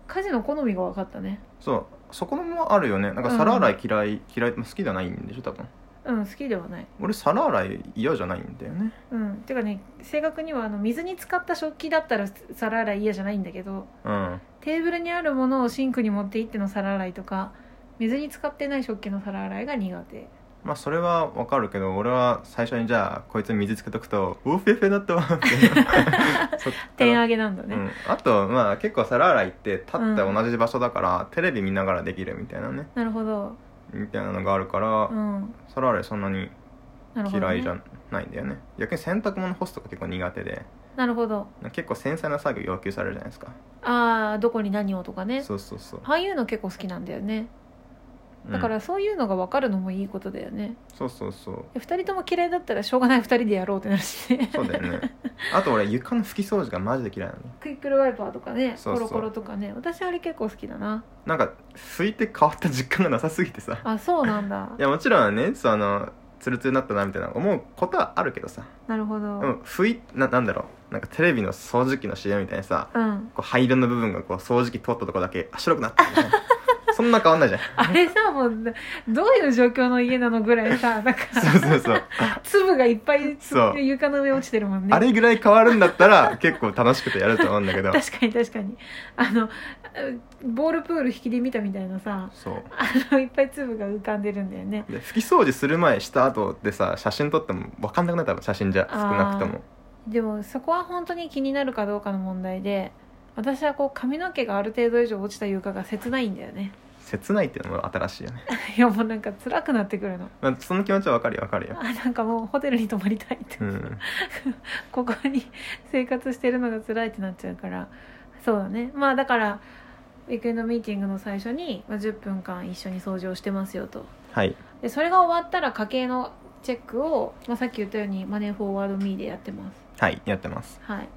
[SPEAKER 2] 家事の好みが分かったね
[SPEAKER 1] そうそこもあるよねなんか皿洗い嫌い、嫌いまあ好きじゃないんでしょ多分
[SPEAKER 2] うん好きではない
[SPEAKER 1] 俺皿洗い嫌じゃないんだよね
[SPEAKER 2] うんてかね正確にはあの水に浸かった食器だったら皿洗い嫌じゃないんだけど
[SPEAKER 1] うん
[SPEAKER 2] テーブルにあるものをシンクに持って行っての皿洗いとか水に浸かってない食器の皿洗いが苦手
[SPEAKER 1] まあそれはわかるけど俺は最初にじゃあこいつ水つけとくと「おふえふえだ ったわ」ってそっから
[SPEAKER 2] 点上げなんだ
[SPEAKER 1] う
[SPEAKER 2] ね、
[SPEAKER 1] ん、あとまあ結構皿洗いって立って同じ場所だから、テレビ見ながらできるみたいなね
[SPEAKER 2] なるほど
[SPEAKER 1] みたいなのがあるから、
[SPEAKER 2] うん
[SPEAKER 1] 皿洗いそんなに
[SPEAKER 2] なるほどね、
[SPEAKER 1] 嫌いじゃないんだよね逆に洗濯物干すとか結構苦手で
[SPEAKER 2] なるほど
[SPEAKER 1] 結構繊細な作業要求されるじゃないですか
[SPEAKER 2] ああどこに何をとかね
[SPEAKER 1] そうそうそう
[SPEAKER 2] ああいうの結構好きなんだよね
[SPEAKER 1] うん
[SPEAKER 2] だからそういうのが分かるのもいいことだよね、
[SPEAKER 1] そうそうそう
[SPEAKER 2] 二2人とも嫌いだったらしょうがない2人でやろうってなるしね
[SPEAKER 1] そうだよねあと俺床の拭き掃除がマジで嫌いなの
[SPEAKER 2] クイックルワイパーとかね
[SPEAKER 1] そうそう
[SPEAKER 2] コロコロとかね私あれ結構好きだな
[SPEAKER 1] なんか拭いて変わった実感がなさすぎてさ
[SPEAKER 2] あそうなんだ
[SPEAKER 1] いやもちろんねそのツルツルになったなみたいな思うことはあるけどさ
[SPEAKER 2] なるほど
[SPEAKER 1] でも拭いななんだろうなんかテレビの掃除機の CM みたいにさ
[SPEAKER 2] うん
[SPEAKER 1] こう灰色の部分がこう掃除機通ったとこだけあ白くなったみたいなそんな 変わんないじゃん
[SPEAKER 2] あれさもうどういう状況の家なのぐらい さなんか
[SPEAKER 1] そうそうそう、
[SPEAKER 2] 粒がいっぱいつ
[SPEAKER 1] そう
[SPEAKER 2] 床の上落ちてるもんね
[SPEAKER 1] あれぐらい変わるんだったら結構楽しくてやると思うんだけど
[SPEAKER 2] 確かに確かにあのボールプール引きで見たみたいなさ
[SPEAKER 1] そう
[SPEAKER 2] あのいっぱい粒が浮かんでるんだよね
[SPEAKER 1] で拭き掃除する前した後でさ写真撮っても分かんなくなった写真じゃ
[SPEAKER 2] あ
[SPEAKER 1] 少
[SPEAKER 2] ー
[SPEAKER 1] なくとも
[SPEAKER 2] でもそこは本当に気になるかどうかの問題で私はこう髪の毛がある程度以上落ちた床が切ないんだよね
[SPEAKER 1] 切ないっていうのも新しいよね、
[SPEAKER 2] いやもうなんか辛くなってくるの
[SPEAKER 1] まあ、その気持ちは分かるよ分かるよ
[SPEAKER 2] あなんかもうホテルに泊まりたいって、
[SPEAKER 1] うん
[SPEAKER 2] ここに 生活してるのが辛いってなっちゃうからそうだねまあだからウィークエンドミーティングの最初に、まあ、10分間一緒に掃除をしてますよと
[SPEAKER 1] はい
[SPEAKER 2] でそれが終わったら家計のチェックを、まあ、さっき言ったようにマネーフォワードミーでやってます
[SPEAKER 1] はいやってます
[SPEAKER 2] はい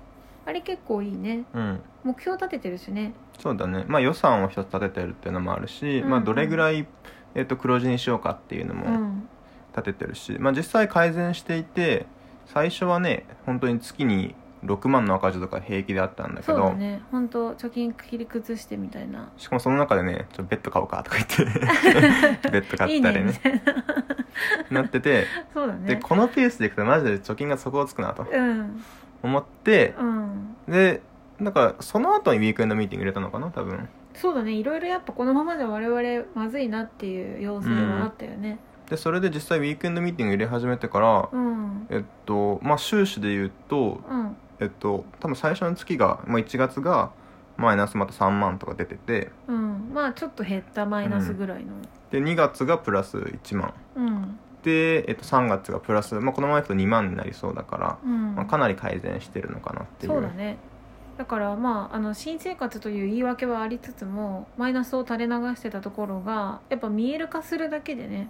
[SPEAKER 2] あれ結構いいね
[SPEAKER 1] うん
[SPEAKER 2] 目標立ててるしね
[SPEAKER 1] そうだねまあ予算を一つ立ててるっていうのもあるし、
[SPEAKER 2] うんうん
[SPEAKER 1] まあどれぐらい、えっと黒字にしようかっていうの
[SPEAKER 2] う
[SPEAKER 1] も
[SPEAKER 2] ん
[SPEAKER 1] 立ててるし、まあ実際改善していて最初はね本当に月に6万の赤字とか平気であったんだけ
[SPEAKER 2] そう
[SPEAKER 1] ど
[SPEAKER 2] だね本当貯金切り崩してみたいな
[SPEAKER 1] しかもその中でねちょっとベッド買おうかとか言って ベッド
[SPEAKER 2] い
[SPEAKER 1] 買
[SPEAKER 2] い
[SPEAKER 1] った
[SPEAKER 2] ね
[SPEAKER 1] りね
[SPEAKER 2] みたいな
[SPEAKER 1] な ってて、
[SPEAKER 2] そうだ
[SPEAKER 1] で
[SPEAKER 2] ね
[SPEAKER 1] このペースでいくとマジで貯金が底をつくなと
[SPEAKER 2] うん
[SPEAKER 1] 思って
[SPEAKER 2] うん
[SPEAKER 1] でだからその後にウィークエンドミーティング入れたのかな多分
[SPEAKER 2] そうだねいろいろやっぱこのままじゃ我々まずいなっていう要請はあったよね
[SPEAKER 1] でそれで実際ウィークエンドミーティング入れ始めてから、
[SPEAKER 2] うん
[SPEAKER 1] えっとまあ収支で言うと
[SPEAKER 2] うん
[SPEAKER 1] えっと多分最初の月が、まあ、1月がマイナスまた3万とか出てて
[SPEAKER 2] うんまあちょっと減ったマイナスぐらいの
[SPEAKER 1] で2月がプラス1万
[SPEAKER 2] うん
[SPEAKER 1] で、えっと、3月がプラス、まあ、このままいくと2万になりそうだから、
[SPEAKER 2] うん
[SPEAKER 1] まあ、かなり改善してるのかなっていう
[SPEAKER 2] そうだねだからまああの新生活という言い訳はありつつもマイナスを垂れ流してたところがやっぱ見える化するだけでね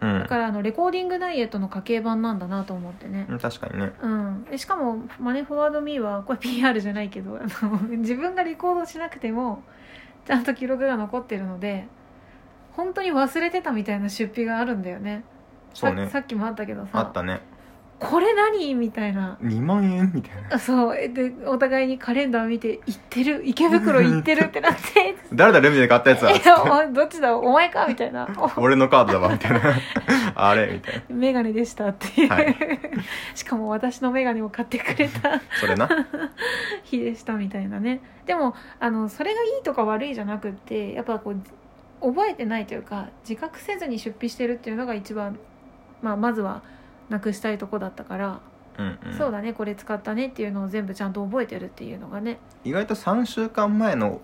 [SPEAKER 1] う
[SPEAKER 2] だからあのレコーディングダイエットの家計版なんだなと思ってね
[SPEAKER 1] ん確かにね
[SPEAKER 2] うん、でしかも「マネフォワード・ミー」はこれ PR じゃないけどあの 自分がレコードしなくてもちゃんと記録が残ってるので本当に忘れてたみたいな出費があるんだよね
[SPEAKER 1] そう
[SPEAKER 2] さ
[SPEAKER 1] ね
[SPEAKER 2] さっきもあったけど
[SPEAKER 1] あ
[SPEAKER 2] さ
[SPEAKER 1] ったね
[SPEAKER 2] これ何?」みたいな
[SPEAKER 1] 2万円みたいな
[SPEAKER 2] あそうえでお互いにカレンダー見て「行ってる池袋行ってる」ってなって
[SPEAKER 1] 誰だレミで買ったやつ
[SPEAKER 2] 「い
[SPEAKER 1] は
[SPEAKER 2] やお前どっちだお前か」みたい な「お
[SPEAKER 1] 俺のカードだわみたいな あれみたいな
[SPEAKER 2] 眼鏡でした」っていう、
[SPEAKER 1] はい
[SPEAKER 2] しかも私の眼鏡を買ってくれた
[SPEAKER 1] それな
[SPEAKER 2] 日でしたみたいなねでもあのそれがいいとか悪いじゃなくってやっぱこう覚えてないというか自覚せずに出費してるっていうのが一番、まあ、まずはなくしたいとこだったから、
[SPEAKER 1] うん、うん、
[SPEAKER 2] そうだねこれ使ったねっていうのを全部ちゃんと覚えてるっていうのがね
[SPEAKER 1] 意外と3週間前の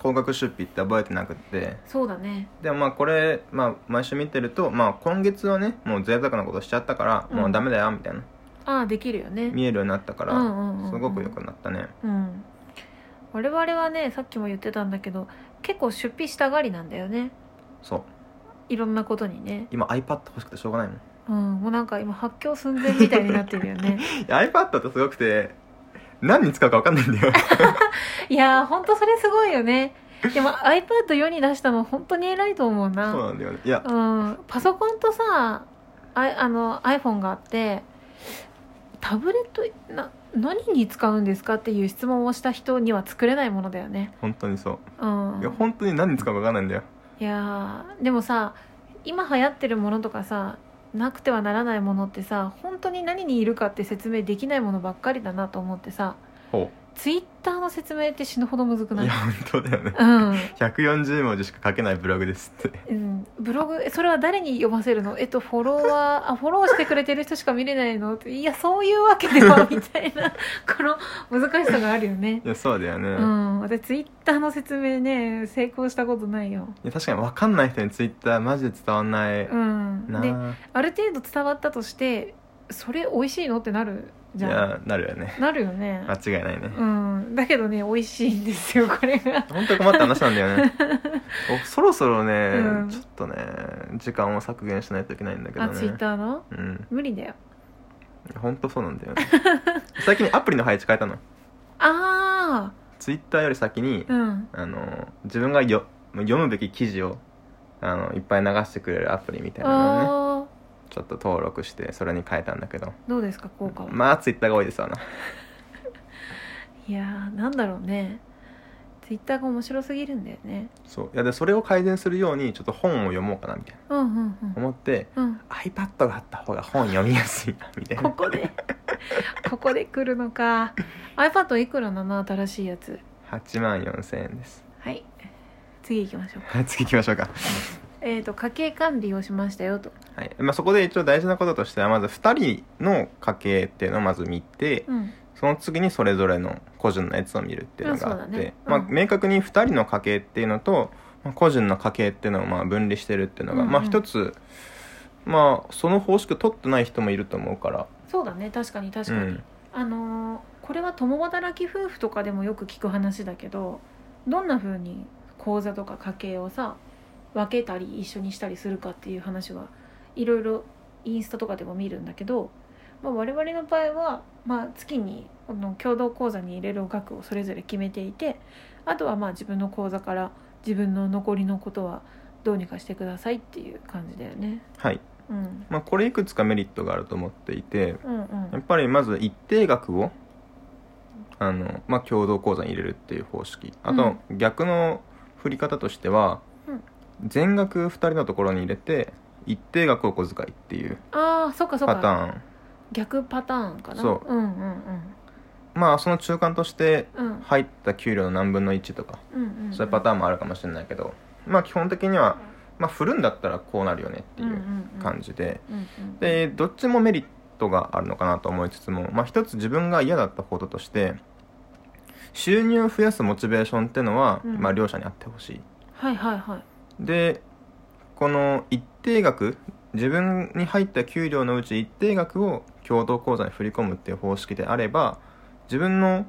[SPEAKER 1] 高額出費って覚えてなくって
[SPEAKER 2] そうだね
[SPEAKER 1] でもまあこれ、まあ、毎週見てると、まあ、今月はねもう贅沢なことしちゃったから、
[SPEAKER 2] うん
[SPEAKER 1] もうダメだよみたいな
[SPEAKER 2] ああできるよね
[SPEAKER 1] 見えるようになったから、
[SPEAKER 2] うんうんうんうん
[SPEAKER 1] すごく良くなったね
[SPEAKER 2] うん我々はねさっきも言ってたんだけど結構出費したがりなんだよね
[SPEAKER 1] そう
[SPEAKER 2] いろんなことにね、
[SPEAKER 1] 今 iPad 欲しくてしょうがないもん
[SPEAKER 2] うん、もうなんか今発狂寸前みたいになってるよね
[SPEAKER 1] いや iPad ってすごくて何に使うか分かんないんだよ
[SPEAKER 2] いやー、ほんとそれすごいよね。でも iPad 世に出したの本当に偉いと思う
[SPEAKER 1] そう
[SPEAKER 2] な。
[SPEAKER 1] なんだよねいや
[SPEAKER 2] うん。パソコンとさ、あいあの iPhone があって、タブレット、な、何に使うんですかっていう質問をした人には作れないものだよね。。
[SPEAKER 1] 本当にそううんいや本当に何に使うか分かんないんだよ
[SPEAKER 2] いやーでもさ、今流行ってるものとかさ、なくてはならないものってさ、本当に何にいるかって説明できないものばっかりだなと思ってさ、
[SPEAKER 1] ほ
[SPEAKER 2] Twitter の説明って死ぬほどむずく
[SPEAKER 1] う
[SPEAKER 2] ないい
[SPEAKER 1] や本当だよね
[SPEAKER 2] うん。
[SPEAKER 1] 140文字しか書けないブログですって
[SPEAKER 2] うん、ブログえそれは誰に読ませるのえっとフォロワーあフォローしてくれてる人しか見れないのっていやそういうわけではみたいな この難しさがあるよね
[SPEAKER 1] いやそうだよね、
[SPEAKER 2] う
[SPEAKER 1] い
[SPEAKER 2] ん私ツイッターの説明ね成功したことないよ
[SPEAKER 1] や確かに分かんない人に Twitter マジで伝わんない、
[SPEAKER 2] うん
[SPEAKER 1] な
[SPEAKER 2] で
[SPEAKER 1] あ
[SPEAKER 2] ある程度伝わったとしてそれ美味しいのってなるじ
[SPEAKER 1] い
[SPEAKER 2] ゃん
[SPEAKER 1] やなるよね
[SPEAKER 2] なるよね
[SPEAKER 1] 間違いないね、
[SPEAKER 2] うんだけどね美味しいんですよこれが
[SPEAKER 1] 本当に困った話なんだ よねおそろそろね、
[SPEAKER 2] うん
[SPEAKER 1] ちょっとね時間を削減しないといけないんだけど
[SPEAKER 2] あ
[SPEAKER 1] ね
[SPEAKER 2] ツイッターの
[SPEAKER 1] うん
[SPEAKER 2] 無理だよ
[SPEAKER 1] 本当そうなんだよね最近アプリの配置変えたの
[SPEAKER 2] あ
[SPEAKER 1] ツイッターより先に、
[SPEAKER 2] あうん
[SPEAKER 1] あの自分がよ読むべき記事をあのいっぱい流してくれるアプリみたいなのをね
[SPEAKER 2] ああ
[SPEAKER 1] ちょっと登録してそれに変えたんだけど
[SPEAKER 2] どうですか効果は
[SPEAKER 1] まあツイッターが多いですわない
[SPEAKER 2] やーなんだろうねツイッターが面白すぎるんだよね
[SPEAKER 1] そういやでそれを改善するようにちょっと本を読もうかなみたい
[SPEAKER 2] うんうんう
[SPEAKER 1] なん思って
[SPEAKER 2] うん
[SPEAKER 1] iPad があった方が本読みやすいなみたい
[SPEAKER 2] こ
[SPEAKER 1] な
[SPEAKER 2] こで ここで来るのか iPad いくらなの新しいやつ
[SPEAKER 1] 8万4000円です
[SPEAKER 2] はい次行きましょう
[SPEAKER 1] はい次行きましょうか、
[SPEAKER 2] えっ、と家計管理をしましたよと
[SPEAKER 1] はいまあ、そこで一応大事なこととしてはまず2人の家計っていうのをまず見て、
[SPEAKER 2] うん
[SPEAKER 1] その次にそれぞれの個人のやつを見るっていうのがあ
[SPEAKER 2] まあ
[SPEAKER 1] っ
[SPEAKER 2] そうだ
[SPEAKER 1] て
[SPEAKER 2] ね
[SPEAKER 1] まあ
[SPEAKER 2] うん
[SPEAKER 1] 明確に2人の家計っていうのとまあ個人の家計っていうのをまあ分離してるっていうのが、
[SPEAKER 2] うんうん
[SPEAKER 1] まあ一つまあその方式取ってない人もいると思うから
[SPEAKER 2] そうだね確かに確かに、
[SPEAKER 1] うん
[SPEAKER 2] あのーこれは共働き夫婦とかでもよく聞く話だけどどんな風に口座とか家計をさ分けたり一緒にしたりするかっていう話はいろいろインスタとかでも見るんだけど、まあ、我々の場合は、まあ、月にこの共同口座に入れる額をそれぞれ決めていてあとはまあ自分の口座から自分の残りのことはどうにかしてくださいっていう感じだよね。
[SPEAKER 1] はい、
[SPEAKER 2] うん、
[SPEAKER 1] まあ、これいくつかメリットがあると思っていて
[SPEAKER 2] うん、う
[SPEAKER 1] やっ
[SPEAKER 2] ん
[SPEAKER 1] ぱりまず一定額をあの、まあ、共同口座に入れるっていう方式あと逆の振り方としては
[SPEAKER 2] うん
[SPEAKER 1] 全額2人のところに入れて一定額を小遣いっていう
[SPEAKER 2] ああそっかそっ
[SPEAKER 1] パタ
[SPEAKER 2] か
[SPEAKER 1] ーン
[SPEAKER 2] 逆パターンかな
[SPEAKER 1] そ
[SPEAKER 2] うんうんうん
[SPEAKER 1] まあその中間として
[SPEAKER 2] うん
[SPEAKER 1] 入った給料の何分の1とか
[SPEAKER 2] うんうん
[SPEAKER 1] そういうパターンもあるかもしれないけどまあ基本的にはまあ振るんだったらこうなるよねっていう感じで
[SPEAKER 2] うんうん
[SPEAKER 1] でどっちもメリットがあるのかなと思いつつもまあ一つ自分が嫌だったこととして収入を増やすモチベーションってのは
[SPEAKER 2] うん
[SPEAKER 1] まあ両者にあってほしい
[SPEAKER 2] はいはいはい
[SPEAKER 1] でこの一定額自分に入った給料のうち一定額を共同口座に振り込むっていう方式であれば自分の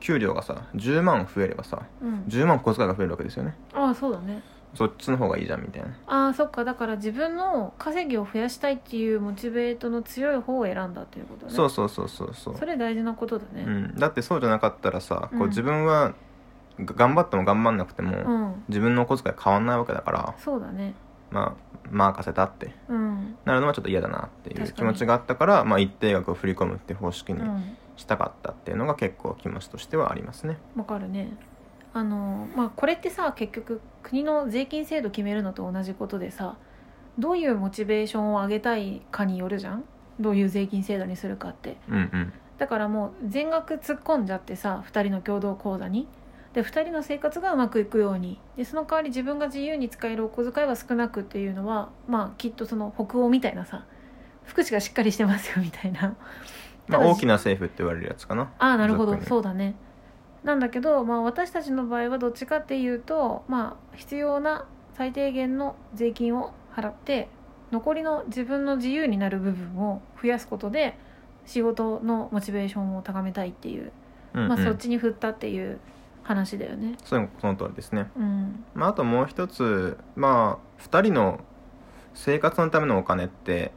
[SPEAKER 1] 給料がさ10万増えればさ
[SPEAKER 2] うん
[SPEAKER 1] 10万小遣いが増えるわけですよね
[SPEAKER 2] ああそうだね
[SPEAKER 1] そっちの方がいいじゃんみたいな
[SPEAKER 2] ああそっかだから自分の稼ぎを増やしたいっていうモチベートの強い方を選んだっていうことね
[SPEAKER 1] そうそうそうそうそう
[SPEAKER 2] それ大事なことだ
[SPEAKER 1] う
[SPEAKER 2] ね
[SPEAKER 1] ん、だってそうじゃなかったらさこ
[SPEAKER 2] う
[SPEAKER 1] うん自分はが頑張っても頑張んなくて
[SPEAKER 2] う
[SPEAKER 1] も
[SPEAKER 2] ん、
[SPEAKER 1] 自分のお小遣い変わんないわけだから
[SPEAKER 2] そうだね
[SPEAKER 1] まあ任せたって
[SPEAKER 2] うん
[SPEAKER 1] なるのはちょっと嫌だなっていう
[SPEAKER 2] 確か
[SPEAKER 1] 気
[SPEAKER 2] に
[SPEAKER 1] 持ちがあったからまあ、一定額を振り込むっていう方式
[SPEAKER 2] う
[SPEAKER 1] に
[SPEAKER 2] ん
[SPEAKER 1] したかったっていうのが結構気持ちとしてはありますね。
[SPEAKER 2] わかるねあのまあこれってさ結局国の税金制度決めるのと同じことでさどういうモチベーションを上げたいかによるじゃんどういう税金制度にするかって
[SPEAKER 1] うんうん
[SPEAKER 2] だからもう全額突っ込んじゃってさ2人の共同口座にで2人の生活がうまくいくようにでその代わり自分が自由に使えるお小遣いは少なくっていうのはまあきっとその北欧みたいなさ福祉がしっかりしてますよみたいな
[SPEAKER 1] まあ、
[SPEAKER 2] ただ
[SPEAKER 1] 大きな政府って言われるやつかな。
[SPEAKER 2] ああなるほど
[SPEAKER 1] 俗に
[SPEAKER 2] そうだねなんだけど、まあ、私たちの場合はどっちかっていうと、まあ、必要な最低限の税金を払って残りの自分の自由になる部分を増やすことで仕事のモチベーションを高めたいっていう、
[SPEAKER 1] うんうん
[SPEAKER 2] まあ、そっちに振ったっていう話だよね。
[SPEAKER 1] そうその通りですね。
[SPEAKER 2] うん、
[SPEAKER 1] まあ、あともう一つ、まあ、2人の生活のためのお金って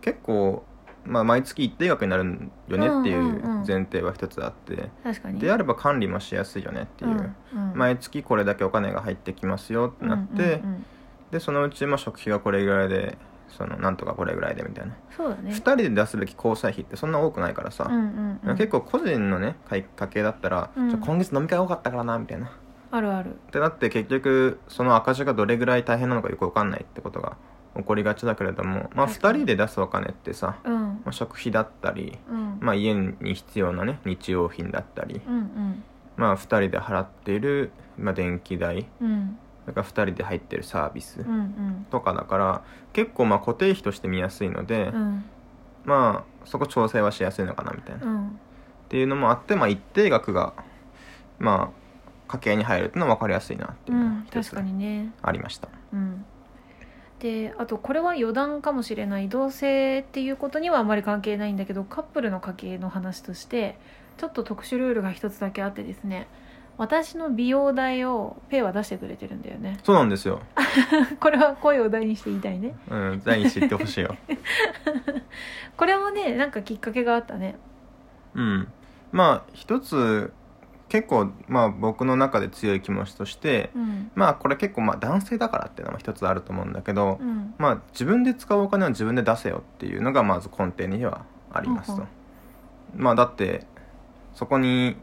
[SPEAKER 1] 結構、まあ、毎月一定額になるよねってい
[SPEAKER 2] ん
[SPEAKER 1] う
[SPEAKER 2] うんうん
[SPEAKER 1] う前提は一つあって、
[SPEAKER 2] 確かに
[SPEAKER 1] であれば管理もしやすいよねっていう、
[SPEAKER 2] うんうん
[SPEAKER 1] 毎月これだけお金が入ってきますよってなって、
[SPEAKER 2] うんうんうん
[SPEAKER 1] でそのうちまあ食費がこれぐらいでそのなんとかこれぐらいでみたいな、
[SPEAKER 2] そうだね
[SPEAKER 1] 2人で出すべき交際費ってそんな多くないからさ、
[SPEAKER 2] うんうんうん
[SPEAKER 1] 結構個人のね家家計だったら、
[SPEAKER 2] うん
[SPEAKER 1] じゃあ今月飲み会多かったからなみたいなっ
[SPEAKER 2] あるある
[SPEAKER 1] てなって結局その赤字がどれぐらい大変なのかよく分かんないってことが起こりがちだけれども、まあ、
[SPEAKER 2] 確か
[SPEAKER 1] 2
[SPEAKER 2] に
[SPEAKER 1] 人で出すお金ってさ、
[SPEAKER 2] うん
[SPEAKER 1] まあ、食費だったり、
[SPEAKER 2] うん、
[SPEAKER 1] まあ、家に必要なね日用品だったり、
[SPEAKER 2] うんうん
[SPEAKER 1] まあ、2人で払っている、まあ、電気代
[SPEAKER 2] うん
[SPEAKER 1] だから2人で入ってるサービス
[SPEAKER 2] うんうん
[SPEAKER 1] とかだから結構まあ固定費として見やすいので、
[SPEAKER 2] うん
[SPEAKER 1] まあそこ調整はしやすいのかなみたいな。
[SPEAKER 2] うん
[SPEAKER 1] っていうのもあって、まあ、一定額が、まあ、家計に入るっていうのは分かりやすいなって
[SPEAKER 2] う
[SPEAKER 1] いうのが
[SPEAKER 2] ん、
[SPEAKER 1] 一
[SPEAKER 2] 確
[SPEAKER 1] つ
[SPEAKER 2] かにね、
[SPEAKER 1] ありました、
[SPEAKER 2] うん、であとこれは余談かもしれない同性っていうことにはあまり関係ないんだけどカップルの家系の話としてちょっと特殊ルールが一つだけあってですね私の美容代をペイは出してくれてるんだよね
[SPEAKER 1] そうなんですよ、
[SPEAKER 2] これは声を大にして言いたいね
[SPEAKER 1] うん、第一知ってほしい よ
[SPEAKER 2] これもねなんかきっかけがあったね
[SPEAKER 1] うんまあ一つ結構、まあ、僕の中で強い気持ちとして
[SPEAKER 2] うん
[SPEAKER 1] まあこれ結構まあ男性だからっていうのも一つあると思うんだけど、
[SPEAKER 2] うん
[SPEAKER 1] まあ自分で使うお金は自分で出せよっていうのがまず根底にはあります
[SPEAKER 2] ほ
[SPEAKER 1] と、
[SPEAKER 2] うほ
[SPEAKER 1] まあだってそこに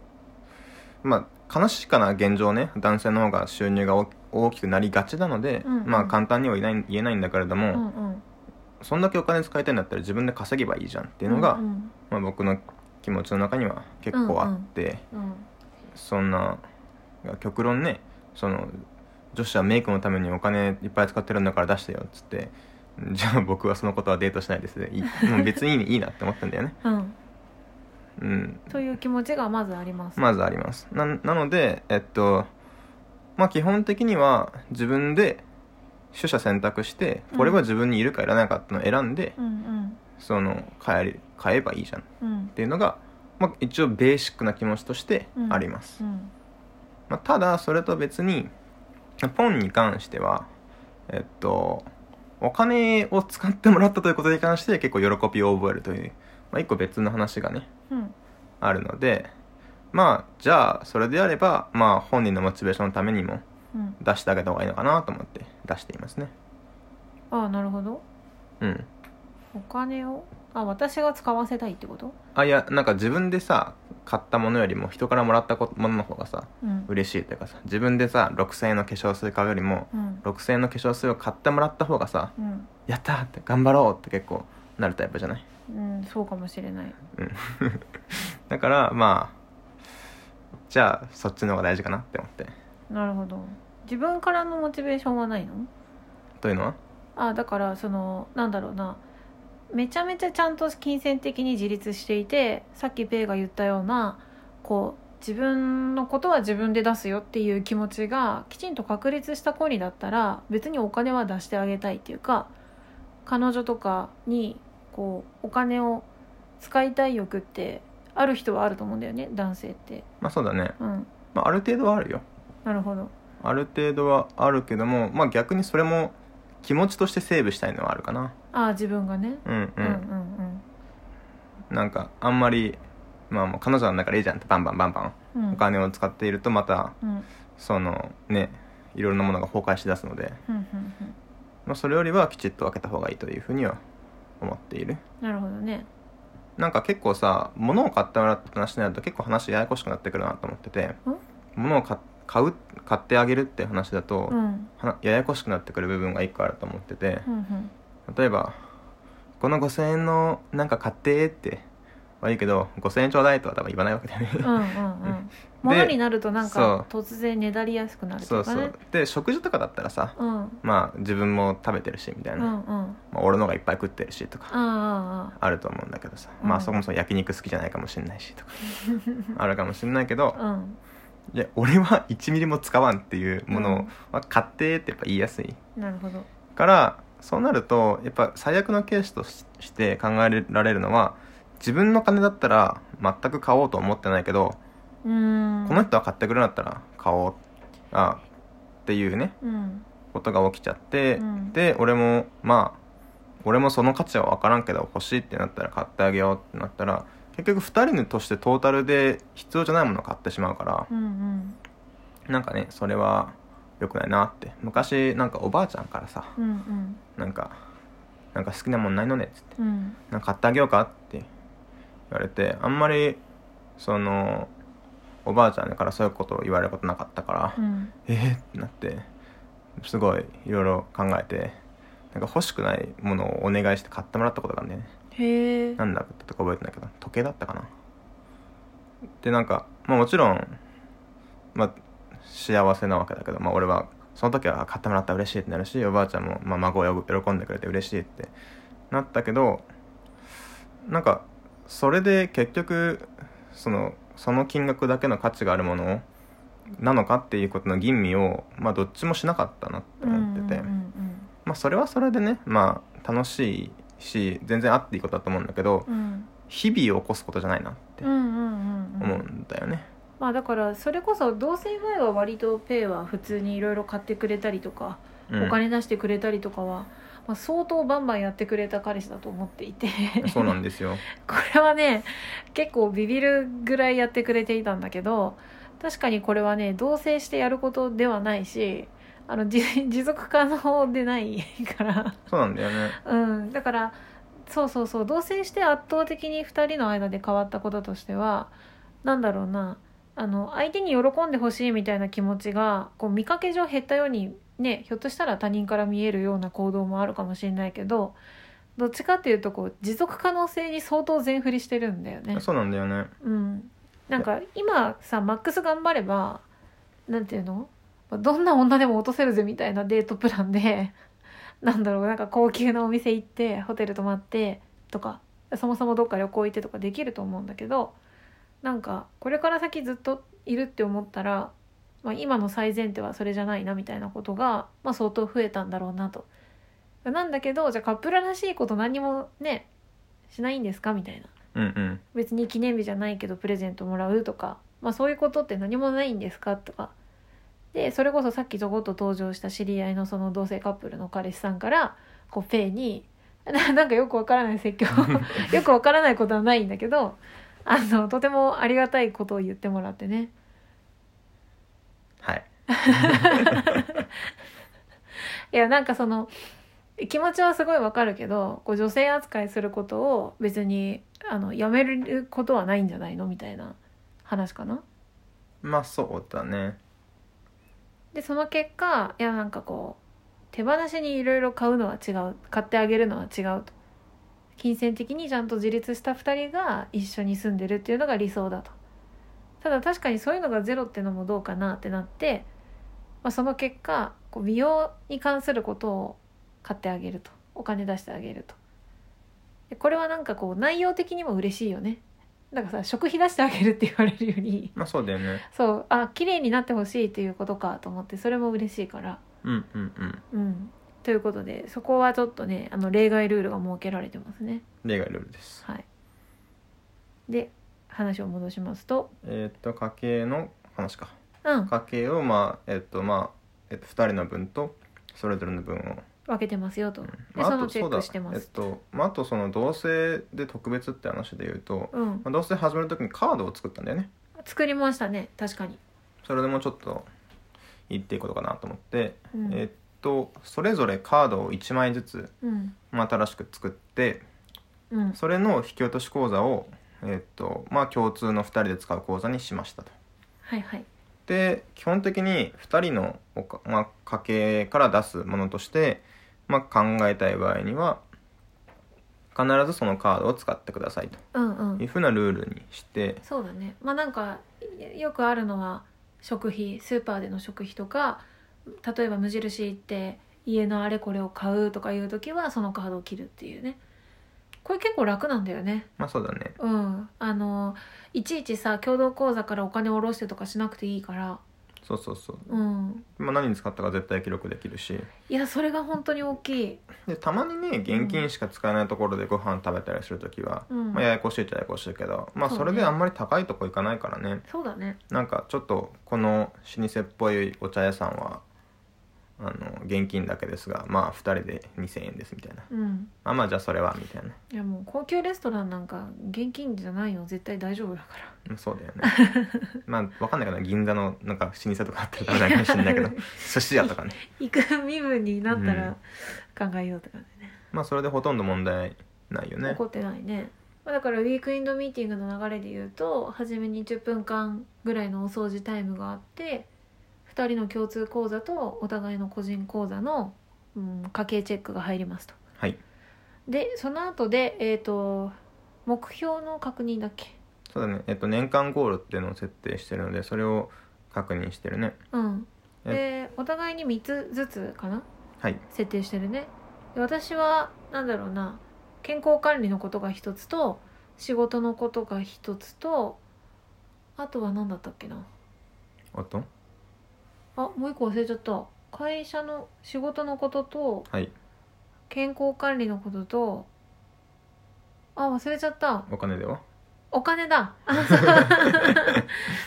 [SPEAKER 1] まあ悲しいかな現状ね男性の方が収入が大大きくなりがちなので、
[SPEAKER 2] うんうん
[SPEAKER 1] まあ簡単には言えない言えないんだけれど
[SPEAKER 2] う
[SPEAKER 1] も、
[SPEAKER 2] んうん
[SPEAKER 1] そんだけお金使いたいんだったら自分で稼げばいいじゃんっていうのが、
[SPEAKER 2] うん
[SPEAKER 1] まあ、僕の気持ちの中には結構あって、
[SPEAKER 2] うん
[SPEAKER 1] そんな極論ねその女子はメイクのためにお金いっぱい使ってるんだから出してよっつってじゃあ僕はそのことはデートしないですねいいもう別にいい いいなって思ったんだよね
[SPEAKER 2] うんうん
[SPEAKER 1] うん
[SPEAKER 2] という気持ちがまずあります、
[SPEAKER 1] まずありますななのでえっとまあ基本的には自分で取捨選択してこれは自分にいるかいらないかってのを選んで、
[SPEAKER 2] うん
[SPEAKER 1] その買える買えばいいじゃんっ
[SPEAKER 2] うんうん
[SPEAKER 1] ていうのが、まあ、一応ベーシックな気持ちとしてあります、
[SPEAKER 2] うん
[SPEAKER 1] まあ、ただそれと別にポンに関してはえっとお金を使ってもらったということに関して結構喜びを覚えるという、まあ、一個別の話がね
[SPEAKER 2] うん
[SPEAKER 1] あるのでまあじゃあそれであればまあ本人のモチベーションのためにも
[SPEAKER 2] うん
[SPEAKER 1] 出してあげた方がいいのかなと思って出していますね
[SPEAKER 2] ああなるほど
[SPEAKER 1] うん
[SPEAKER 2] お金をあ私が使わせたいってこと
[SPEAKER 1] あいやなんか自分でさ買ったものよりも人からもらったこものの方がさ
[SPEAKER 2] うん
[SPEAKER 1] 嬉しいというかさ自分でさ6000円の化粧水買うよりも
[SPEAKER 2] うん
[SPEAKER 1] 6000円の化粧水を買ってもらった方がさ
[SPEAKER 2] うん、
[SPEAKER 1] やったーって頑張ろうって結構なるタイプじゃない
[SPEAKER 2] うん、そうかもしれない
[SPEAKER 1] うん だからまあじゃあそっちの方が大事かなって思って
[SPEAKER 2] なるほど自分からのモチベーションはないの
[SPEAKER 1] というのは
[SPEAKER 2] あだからそのなんだろうなめちゃめちゃちゃんと金銭的に自立していてさっきペイが言ったようなこう自分のことは自分で出すよっていう気持ちがきちんと確立した子にだったら別にお金は出してあげたいっていうか彼女とかにこうお金を使いたい欲ってある人はあると思うんだよね男性って。
[SPEAKER 1] まあそうだね、
[SPEAKER 2] うん、
[SPEAKER 1] まあ、ある程度はあるよ
[SPEAKER 2] なるほど
[SPEAKER 1] ある程度はあるけどもまあ逆にそれも気持ちとしてセーブしたいのはあるかな
[SPEAKER 2] ああ自分がね、
[SPEAKER 1] うんう
[SPEAKER 2] うん、うん
[SPEAKER 1] ん、なんかあんまりまあもう彼女の中でいいじゃんってバンバンバンバン
[SPEAKER 2] うんうん
[SPEAKER 1] お金を使っているとまた
[SPEAKER 2] うんうん
[SPEAKER 1] そのねいろいろなものが崩壊しだすので、
[SPEAKER 2] うんうん
[SPEAKER 1] まあ、それよりはきちっと分けた方がいいというふうには思っている
[SPEAKER 2] なるほどね
[SPEAKER 1] なんか結構さ物を買ってもらうって話になると結構話ややこしくなってくるなと思ってて物を買買う買ってあげるって話だと、
[SPEAKER 2] うん
[SPEAKER 1] はややこしくなってくる部分が一個あると思ってて
[SPEAKER 2] うんうん
[SPEAKER 1] 例えば「この5,000円のなんか買って」ってはいいけど「5,000円ちょうだい」とは多分言わないわけだよね、
[SPEAKER 2] うんうんうん物になるとなんか
[SPEAKER 1] そ
[SPEAKER 2] 突然ねだりやすくなると
[SPEAKER 1] そ
[SPEAKER 2] いう
[SPEAKER 1] う
[SPEAKER 2] か
[SPEAKER 1] そ
[SPEAKER 2] ね
[SPEAKER 1] うで食事とかだったらさ
[SPEAKER 2] うんうん
[SPEAKER 1] まあ自分も食べてるしみたい
[SPEAKER 2] うんう
[SPEAKER 1] な、
[SPEAKER 2] んうん
[SPEAKER 1] まあ、俺の方がいっぱい食ってるしとか
[SPEAKER 2] うん
[SPEAKER 1] あると思うんだけどさ、
[SPEAKER 2] うん
[SPEAKER 1] まあそもそも焼肉好きじゃないかもしれないし とかあるかもしれないけど
[SPEAKER 2] うん
[SPEAKER 1] いや俺は1ミリも使わんっていうも
[SPEAKER 2] う
[SPEAKER 1] の
[SPEAKER 2] ん
[SPEAKER 1] を買ってってやっぱ言いやすい
[SPEAKER 2] なるほど
[SPEAKER 1] からそうなるとやっぱ最悪のケースとしして考えられるのは自分の金だったら全く買おうと思ってないけど、
[SPEAKER 2] うーん
[SPEAKER 1] この人は買ってくれるんだったら買おうあっていうね
[SPEAKER 2] うん
[SPEAKER 1] ことが起きちゃって、
[SPEAKER 2] うん
[SPEAKER 1] で俺もまあ俺もその価値は分からんけど欲しいってなったら買ってあげようってなったら結局2人としてトータルで必要じゃないものを買ってしまうから
[SPEAKER 2] うんうん
[SPEAKER 1] なんかねそれは良くないなって昔なんかおばあちゃんからさ
[SPEAKER 2] うんうん
[SPEAKER 1] なんか「なんか好きなもんないのね」っつって
[SPEAKER 2] うん
[SPEAKER 1] 「なんか買ってあげようか?」って言われてあんまりそのおばあちゃんからそういうことを言われることなかったから
[SPEAKER 2] う、ん
[SPEAKER 1] えーってなってすごいいろいろ考えてなんか欲しくないものをお願いして買ってもらったことがあるんだよね
[SPEAKER 2] へえ
[SPEAKER 1] なんだったか覚えてないけど時計だったかなでなんかまあもちろんまあ幸せなわけだけど、まあ、俺はその時は買ってもらったら嬉しいってなるしおばあちゃんも、まあ、孫を喜んでくれて嬉しいってなったけどなんかそれで結局そのその金額だけの価値があるものなのかっていうことの吟味を、まあ、どっちもしなかったなって思ってて。
[SPEAKER 2] うんうん
[SPEAKER 1] まあ、それはそれでね、まあ、楽しいし全然あっていいことだと思うんだけど
[SPEAKER 2] うん
[SPEAKER 1] 日々を起こすことじゃないなって
[SPEAKER 2] うんうんうんうん
[SPEAKER 1] 思うんだよね、
[SPEAKER 2] まあだからそれこそ同性前は割とペイは普通にいろいろ買ってくれたりとか
[SPEAKER 1] うん
[SPEAKER 2] お金出してくれたりとかは、まあ、相当バンバンやってくれた彼氏だと思っていて
[SPEAKER 1] そうなんですよ
[SPEAKER 2] これはね結構ビビるぐらいやってくれていたんだけど確かにこれはね同棲してやることではないしあのじ 持続可能でないから、
[SPEAKER 1] そうなんだよね
[SPEAKER 2] うん、だからそうそうそう同棲して圧倒的に2人の間で変わったこととしてはなんだろうなあの相手に喜んでほしいみたいな気持ちがこう見かけ上減ったようにねひょっとしたら他人から見えるような行動もあるかもしれないけどどっちかっていうとこう持続可能性に相当全振りしてるんだよ ね。
[SPEAKER 1] そうなんだよね
[SPEAKER 2] うん、なんか今さマックス頑張ればなんていうのどんな女でも落とせるぜみたいなデートプランで なんだろうなんか高級なお店行ってホテル泊まってとかそもそもどっか旅行行ってとかできると思うんだけどなんかこれから先ずっといるって思ったら、まあ、今の最前提はそれじゃないなみたいなことが、まあ、相当増えたんだろうなと。なんだけどじゃあカップルらしいこと何もねしないんですかみたいな。
[SPEAKER 1] うんうん
[SPEAKER 2] 別に記念日じゃないけどプレゼントもらうとか、まあ、そういうことって何もないんですかとかでそれこそさっきちょこっと登場した知り合いのその同性カップルの彼氏さんからこうペイに ななんかよくわからない説教 よくわからないことはないんだけどあのとてもありがたいことを言ってもらってね
[SPEAKER 1] はい
[SPEAKER 2] いやなんかその気持ちはすごいわかるけどこう女性扱いすることを別にあのやめることはないんじゃないのみたいな話かな。
[SPEAKER 1] まあそうだね
[SPEAKER 2] でその結果いやなんかこう手放しにいろいろ買うのは違う買ってあげるのは違うと金銭的にちゃんと自立した2人が一緒に住んでるっていうのが理想だとただ確かにそういうのがゼロってのもどうかなってなって、まあ、その結果こう美容に関することを買ってあげるとお金出してあげるとでこれはなんかこう内容的にも嬉しいよねだからさ食費出してあげるって言われるより
[SPEAKER 1] まあそうだよね
[SPEAKER 2] そうあ綺麗になってほしいっていうことかと思ってそれも嬉しいから
[SPEAKER 1] うんうんうん
[SPEAKER 2] うんということでそこはちょっとねあの例外ルールが設けられてますね
[SPEAKER 1] 例外ルールです
[SPEAKER 2] はいで話を戻しますと
[SPEAKER 1] えーっと家計の話か
[SPEAKER 2] うん
[SPEAKER 1] 家計をまあえっとまあ、えっと、2人の分とそれぞれの分を
[SPEAKER 2] 分けてますよと、
[SPEAKER 1] うん
[SPEAKER 2] で
[SPEAKER 1] まあ
[SPEAKER 2] そ
[SPEAKER 1] あ
[SPEAKER 2] の
[SPEAKER 1] と
[SPEAKER 2] チェ
[SPEAKER 1] そ
[SPEAKER 2] ッ
[SPEAKER 1] うだ
[SPEAKER 2] クしてま
[SPEAKER 1] えっ
[SPEAKER 2] す
[SPEAKER 1] とまああとその同棲で特別って話で言うと、
[SPEAKER 2] うん
[SPEAKER 1] まあ、同棲始める時にカードを作ったんだよね
[SPEAKER 2] 作りましたね確かに
[SPEAKER 1] それでもちょっと言っていこうかなと思って、
[SPEAKER 2] うん
[SPEAKER 1] えっとそれぞれカードを1枚ずつ
[SPEAKER 2] うん
[SPEAKER 1] まあ新しく作って
[SPEAKER 2] うん
[SPEAKER 1] それの引き落とし口座をえっとまあ共通の2人で使う口座にしましたと
[SPEAKER 2] はいはい
[SPEAKER 1] で基本的に2人のおか、まあ、家計から出すものとして、まあ、考えたい場合には必ずそのカードを使ってください
[SPEAKER 2] うんう
[SPEAKER 1] というんふうなルールにして
[SPEAKER 2] そうだねまあなんかよくあるのは食費スーパーでの食費とか例えば無印行って家のあれこれを買うとかいう時はそのカードを切るっていうねこれ結構楽なんだよね
[SPEAKER 1] まあそうだね
[SPEAKER 2] うんあのいちいちさ共同口座からお金を下ろしてとかしなくていいから
[SPEAKER 1] そうそうそう、
[SPEAKER 2] うん
[SPEAKER 1] まあ、何に使ったか絶対記録できるし
[SPEAKER 2] いやそれが本当に大きい、
[SPEAKER 1] でたまにね現金しか使えないところでご飯食べたりするときは、
[SPEAKER 2] うん
[SPEAKER 1] まあ、ややこしいっちゃややこしいけど、まあ、
[SPEAKER 2] そう
[SPEAKER 1] そ
[SPEAKER 2] ね
[SPEAKER 1] れであんまり高いとこ行かないからね
[SPEAKER 2] そうだね
[SPEAKER 1] なんかちょっとこの老舗っぽいお茶屋さんはあの現金だけですがまあ2人で2,000円ですみたいな
[SPEAKER 2] うん
[SPEAKER 1] あまあじゃあそれはみたいない
[SPEAKER 2] やもう高級レストランなんか現金じゃないよ絶対大丈夫だか
[SPEAKER 1] うんそう だよねまあわかんないけど銀座のなんか老舗とかあったらダメなのかもしれないけ ど寿司屋とかね
[SPEAKER 2] ら行く身分になったら
[SPEAKER 1] うん
[SPEAKER 2] 考えようって感じね、
[SPEAKER 1] まあそれでほとんど問題ないよね
[SPEAKER 2] 怒ってないねまあだからウィークエンドミーティングの流れで言うと初めに10分間ぐらいのお掃除タイムがあって2人の共通口座とお互いの個人口座の、うん、家計チェックが入りますと
[SPEAKER 1] はい
[SPEAKER 2] でその後でえっ、と目標の確認だっけ
[SPEAKER 1] そうだねえっと年間ゴールっていうのを設定してるのでそれを確認してるね
[SPEAKER 2] うんでお互いに3つずつかな
[SPEAKER 1] はい
[SPEAKER 2] 設定してるねで私はなんだろうな健康管理のことが一つと仕事のことが一つとあとは何だったっけな
[SPEAKER 1] おっと
[SPEAKER 2] あもう一個忘れちゃった会社の仕事のことと
[SPEAKER 1] はい
[SPEAKER 2] 健康管理のこととあ忘れちゃった
[SPEAKER 1] お金では
[SPEAKER 2] お金だあ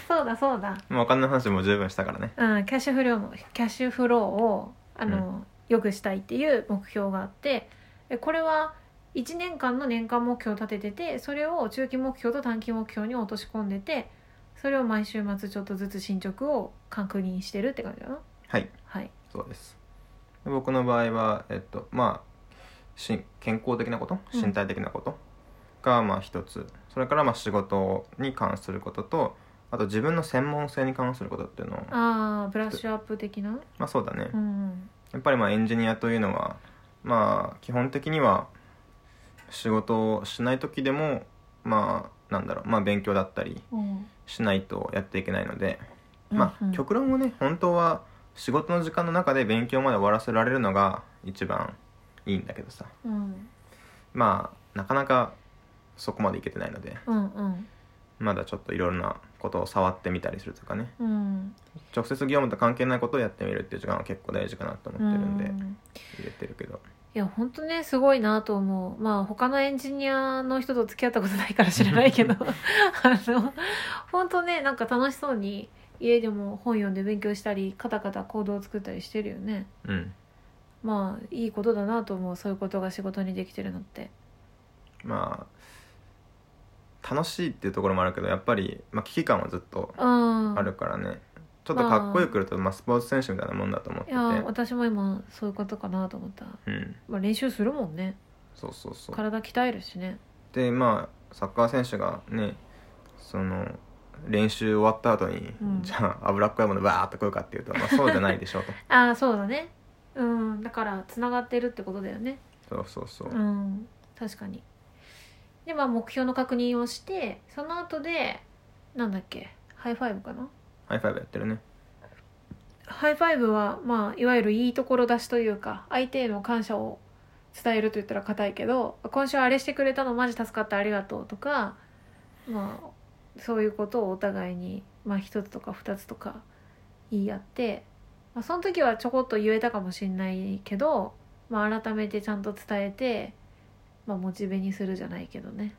[SPEAKER 2] そうそうだそうだ
[SPEAKER 1] まあお金の話も十分したからね
[SPEAKER 2] うん、キャッシュフローもキャッシュフローをあの、良くしたいっていう目標があってえこれは1年間の年間目標を立てててそれを中期目標と短期目標に落とし込んでてそれを毎週末ちょっとずつ進捗を確認してるって感じだな
[SPEAKER 1] はい
[SPEAKER 2] はい
[SPEAKER 1] そうですで僕の場合は、えっとまあ、し健康的なこと
[SPEAKER 2] うん
[SPEAKER 1] 身体的なことがまあ一つ、それからまあ仕事に関することとあと自分の専門性に関することっていうのを
[SPEAKER 2] あーブラッシュアップ的な
[SPEAKER 1] まあそうだね、
[SPEAKER 2] うん
[SPEAKER 1] やっぱりまあエンジニアというのはまあ基本的には仕事をしない時でもまあなんだろう、まあ、勉強だったり
[SPEAKER 2] うん
[SPEAKER 1] しないとやっていけないので、
[SPEAKER 2] うん
[SPEAKER 1] ま
[SPEAKER 2] う
[SPEAKER 1] あ
[SPEAKER 2] ん
[SPEAKER 1] 極論をね本当は仕事の時間の中で勉強まで終わらせられるのが一番いいんだけどさ
[SPEAKER 2] うん
[SPEAKER 1] まあなかなかそこまでいけてないので
[SPEAKER 2] うんうん
[SPEAKER 1] まだちょっといろんなことを触ってみたりするとかね
[SPEAKER 2] うん
[SPEAKER 1] 直接業務と関係ないことをやってみるっていう時間は結構大事かなと思ってるんで
[SPEAKER 2] うん
[SPEAKER 1] 入れてるけど
[SPEAKER 2] いや本当ねすごいなと思うまあ他のエンジニアの人と付き合ったことないから知らないけど あの本当ねなんか楽しそうに家でも本読んで勉強したりカタカタコードを作ったりしてるよね
[SPEAKER 1] うん
[SPEAKER 2] まあいいことだなと思うそういうことが仕事にできてるのって
[SPEAKER 1] まあ楽しいっていうところもあるけどやっぱり、まあ、危機感はずっと
[SPEAKER 2] うん
[SPEAKER 1] あるからねちょっとかっこよく言うと、まあ、スポーツ選手みたいなもんだと思って
[SPEAKER 2] い
[SPEAKER 1] て
[SPEAKER 2] や私も今そういうことかなと思った、
[SPEAKER 1] うん
[SPEAKER 2] まあ、練習するもんね
[SPEAKER 1] そうそうそう
[SPEAKER 2] 体鍛えるしね
[SPEAKER 1] でまあサッカー選手がねその練習終わった後に、
[SPEAKER 2] うん
[SPEAKER 1] じゃあ脂っこいものバーっと食うかっていうと、まあ、そうじゃないでしょうと
[SPEAKER 2] ああそうだねうんだからつながってるってことだよね
[SPEAKER 1] そうそうそう、
[SPEAKER 2] うん確かにでまあ目標の確認をしてその後でなんだっけハイファイブかな
[SPEAKER 1] ハイファイブやってるね
[SPEAKER 2] ハイファイブは、まあ、いわゆるいいところ出しというか相手への感謝を伝えると言ったら硬いけど「今週あれしてくれたのマジ助かったありがとう」とか、まあ、そういうことをお互いに、まあ、1つとか2つとか言い合って、まあ、その時はちょこっと言えたかもしれないけど、まあ、改めてちゃんと伝えて、まあ、モチベにするじゃないけどね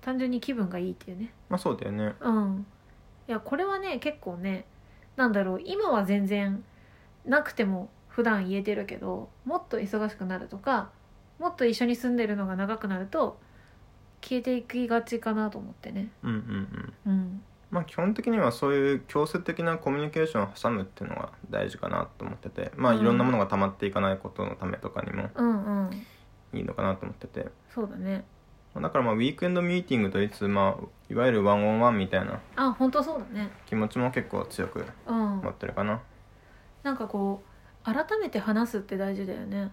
[SPEAKER 2] 単純に気分がいいっていうね。
[SPEAKER 1] まあそうだよね
[SPEAKER 2] うん、いやこれはね結構ねなんだろう今は全然なくても普段言えてるけどもっと忙しくなるとかもっと一緒に住んでるのが長くなると消えていきがちかなと思ってね。
[SPEAKER 1] うんうんうん
[SPEAKER 2] うん、
[SPEAKER 1] まあ基本的にはそういう強制的なコミュニケーションを挟むっていうのが大事かなと思っててまあ
[SPEAKER 2] うん
[SPEAKER 1] いろんなものが溜まっていかないことのためとかにも
[SPEAKER 2] うん、うん
[SPEAKER 1] いいのかなと思ってて
[SPEAKER 2] そうだね
[SPEAKER 1] まあだからまあウィークエンドミーティングといつまあいわゆるワンオンワンみたいな
[SPEAKER 2] あ本当そうだね。
[SPEAKER 1] 気持ちも結構強く
[SPEAKER 2] うん
[SPEAKER 1] 持ってるかな
[SPEAKER 2] なんかこう改めて話すって大事だよね。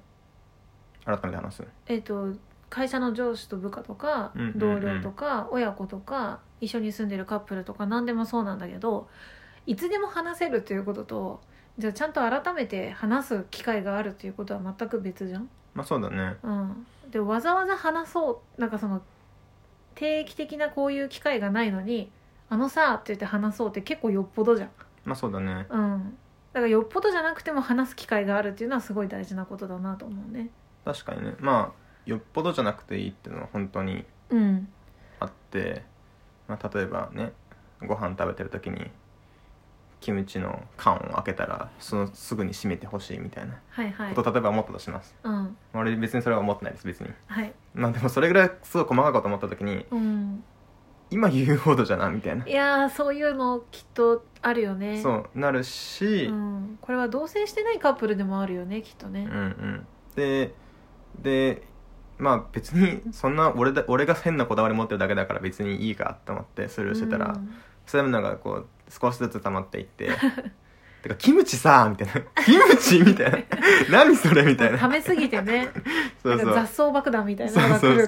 [SPEAKER 1] 改めて話す
[SPEAKER 2] えっと会社の上司と部下とか
[SPEAKER 1] うんうんうん
[SPEAKER 2] 同僚とか親子とか一緒に住んでるカップルとか何でもそうなんだけどいつでも話せるということとじゃあちゃんと改めて話す機会があるということは全く別じゃん。
[SPEAKER 1] まあそうだね
[SPEAKER 2] うん、でわざわざ話そうなんかその定期的なこういう機会がないのに「あのさ」って言って話そうって結構よっぽどじゃん。
[SPEAKER 1] まあそうだね
[SPEAKER 2] うんだからよっぽどじゃなくても話す機会があるっていうのはすごい大事なことだなと思うね。
[SPEAKER 1] 確かにねまあよっぽどじゃなくていいっていうのは本当に
[SPEAKER 2] うん、
[SPEAKER 1] あって、まあ、例えばねご飯食べてる時にキムチの缶を開けたらそのすぐに閉めてほしいみたいな
[SPEAKER 2] はいはい。
[SPEAKER 1] ことを例えば思ったとします、
[SPEAKER 2] うん、
[SPEAKER 1] 俺別にそれは思ってないです別に
[SPEAKER 2] はい。
[SPEAKER 1] まあでもそれぐらいすごい細かいこと思った時に
[SPEAKER 2] うん、
[SPEAKER 1] 今言うほどじゃなみたいない
[SPEAKER 2] やーそういうのきっとあるよね
[SPEAKER 1] そうなるし、
[SPEAKER 2] ん、これは同棲してないカップルでもあるよねきっとね
[SPEAKER 1] うんうんででまあ別にそんな俺だ俺が変なこだわり持ってるだけだから別にいいかと思ってスルーしてたら、
[SPEAKER 2] うん
[SPEAKER 1] そういうのがこう少しずつ溜まっていって てかキムチさみたいな キムチみたいな 何それみたいな
[SPEAKER 2] 食べ過ぎてね
[SPEAKER 1] そう
[SPEAKER 2] なん
[SPEAKER 1] そ
[SPEAKER 2] か雑
[SPEAKER 1] う
[SPEAKER 2] 草爆弾みたいなのが来るっ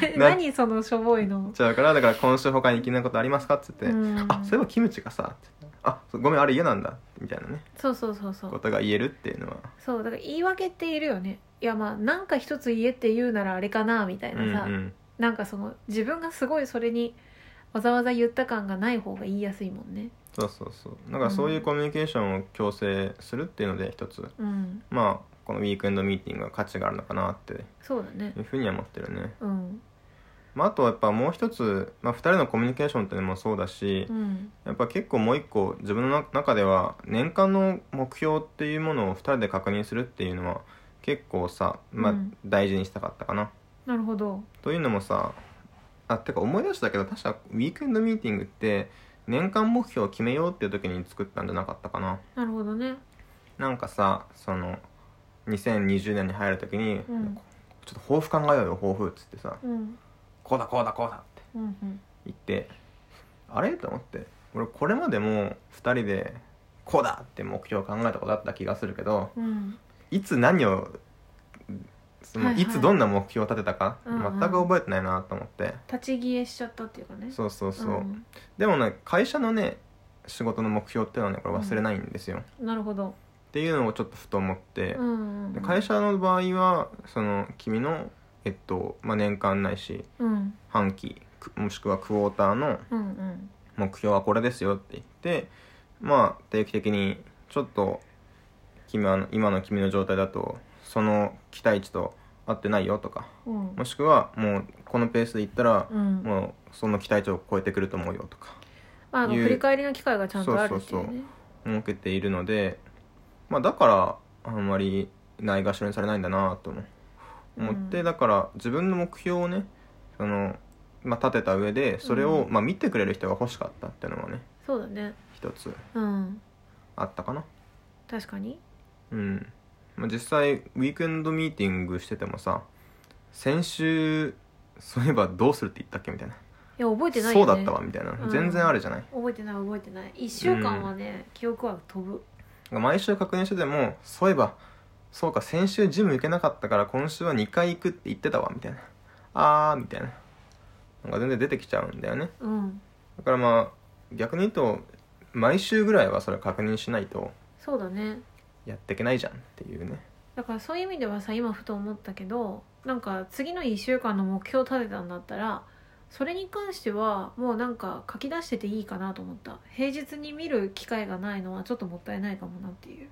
[SPEAKER 2] てね
[SPEAKER 1] な
[SPEAKER 2] 何そのしょぼいの
[SPEAKER 1] じゃあだからだから今週他に気になることありますかっつって、
[SPEAKER 2] うん
[SPEAKER 1] あそういえばキムチがさってあそうごめんあれ嫌なんだみたいなね
[SPEAKER 2] そうそうそうそ
[SPEAKER 1] こ
[SPEAKER 2] う
[SPEAKER 1] とが言えるっていうのは
[SPEAKER 2] そうだから言い訳っているよねいやまあなんか一つ言えって言うならあれかなみたい
[SPEAKER 1] うん
[SPEAKER 2] な
[SPEAKER 1] う
[SPEAKER 2] さ、
[SPEAKER 1] ん
[SPEAKER 2] なんかその自分がすごいそれにわざわざ言った感がない方が言いやすいもんね
[SPEAKER 1] そうそうそうだからそういうコミュニケーションを強制するっていうので一つ
[SPEAKER 2] うん
[SPEAKER 1] まあこのウィークエンドミーティングが価値があるのかなって
[SPEAKER 2] そうだね
[SPEAKER 1] いうふうには思ってるね、
[SPEAKER 2] うん
[SPEAKER 1] まあ、あとはやっぱもう一つ、まあ、2人のコミュニケーションっていうのもそうだし、
[SPEAKER 2] うん
[SPEAKER 1] やっぱ結構もう一個自分の中では年間の目標っていうものを2人で確認するっていうのは結構さ、まあ
[SPEAKER 2] うん、
[SPEAKER 1] 大事にしたかったかな。
[SPEAKER 2] なるほど
[SPEAKER 1] というのもさあてか思い出したけど確かウィークエンドミーティングって年間目標を決めようっていう時に作ったんじゃなかったかな。
[SPEAKER 2] なるほどね
[SPEAKER 1] なんかさその2020年に入る時に、
[SPEAKER 2] うん
[SPEAKER 1] ちょっと抱負考えようよ抱負っつってさ
[SPEAKER 2] うん
[SPEAKER 1] こうだこうだこうだって。
[SPEAKER 2] うんうん
[SPEAKER 1] 行ってあれと思って俺これまでも2人でこうだって目標を考えたことあった気がするけど
[SPEAKER 2] うん
[SPEAKER 1] いつ何をその、
[SPEAKER 2] はい
[SPEAKER 1] い
[SPEAKER 2] はい
[SPEAKER 1] つどんな目標を立てたか
[SPEAKER 2] うんうん
[SPEAKER 1] 全く覚えてないなと思って、
[SPEAKER 2] 立ち消えしちゃったっていうかね
[SPEAKER 1] そうそうそう、
[SPEAKER 2] ん
[SPEAKER 1] でもね会社のね仕事の目標っていうのはねこれ忘れないんですよ、っ
[SPEAKER 2] なるほど、
[SPEAKER 1] ていうのをちょっとふと思って
[SPEAKER 2] う、んうん
[SPEAKER 1] で会社の場合はその君のえっと、まあ、年間ないし
[SPEAKER 2] うん
[SPEAKER 1] 半期くもしくはクォーターの
[SPEAKER 2] うんうん
[SPEAKER 1] 目標はこれですよって言ってまあ定期的にちょっと君は今の君の状態だとその期待値と合ってないよとか
[SPEAKER 2] うん
[SPEAKER 1] もしくはもうこのペースでいったら、
[SPEAKER 2] うんま
[SPEAKER 1] もうその期待値を超えてくると思うよとか
[SPEAKER 2] あ、あの
[SPEAKER 1] いう
[SPEAKER 2] 振り返りの機会がちゃんとあるっていうね
[SPEAKER 1] そうそう設けているので、まあ、だからあんまりないがしろにされないんだなとも思って、
[SPEAKER 2] うん
[SPEAKER 1] だから自分の目標をねその、まあ、立てた上でそれを、
[SPEAKER 2] う
[SPEAKER 1] まあ、見てくれる人が欲しかったっていうのはね
[SPEAKER 2] そうだね
[SPEAKER 1] 一つ
[SPEAKER 2] うん
[SPEAKER 1] あったかな。
[SPEAKER 2] 確かに
[SPEAKER 1] うん、まあ、実際ウィークエンドミーティングしててもさ先週そういえばどうするって言ったっけみたいな、
[SPEAKER 2] いや覚えてない
[SPEAKER 1] そ
[SPEAKER 2] よ、
[SPEAKER 1] う
[SPEAKER 2] ね、
[SPEAKER 1] だったわみたいな、
[SPEAKER 2] うん
[SPEAKER 1] 全然あるじゃない
[SPEAKER 2] 覚えてない覚えてない1週間はね、記憶は飛ぶ
[SPEAKER 1] 毎週確認しててもそういえばそうか先週ジム行けなかったから今週は2回行くって言ってたわみたいなあーみたいなのが全然出てきちゃうんだよね
[SPEAKER 2] うん
[SPEAKER 1] だからまあ逆に言うと毎週ぐらいはそれ確認しないと
[SPEAKER 2] そうだね
[SPEAKER 1] やっていけないじゃんっていうね
[SPEAKER 2] だからそういう意味ではさ今ふと思ったけどなんか次の1週間の目標を立てたんだったらそれに関してはもうなんか書き出してていいかなと思った平日に見る機会がないのはちょっともったいないかもなっていう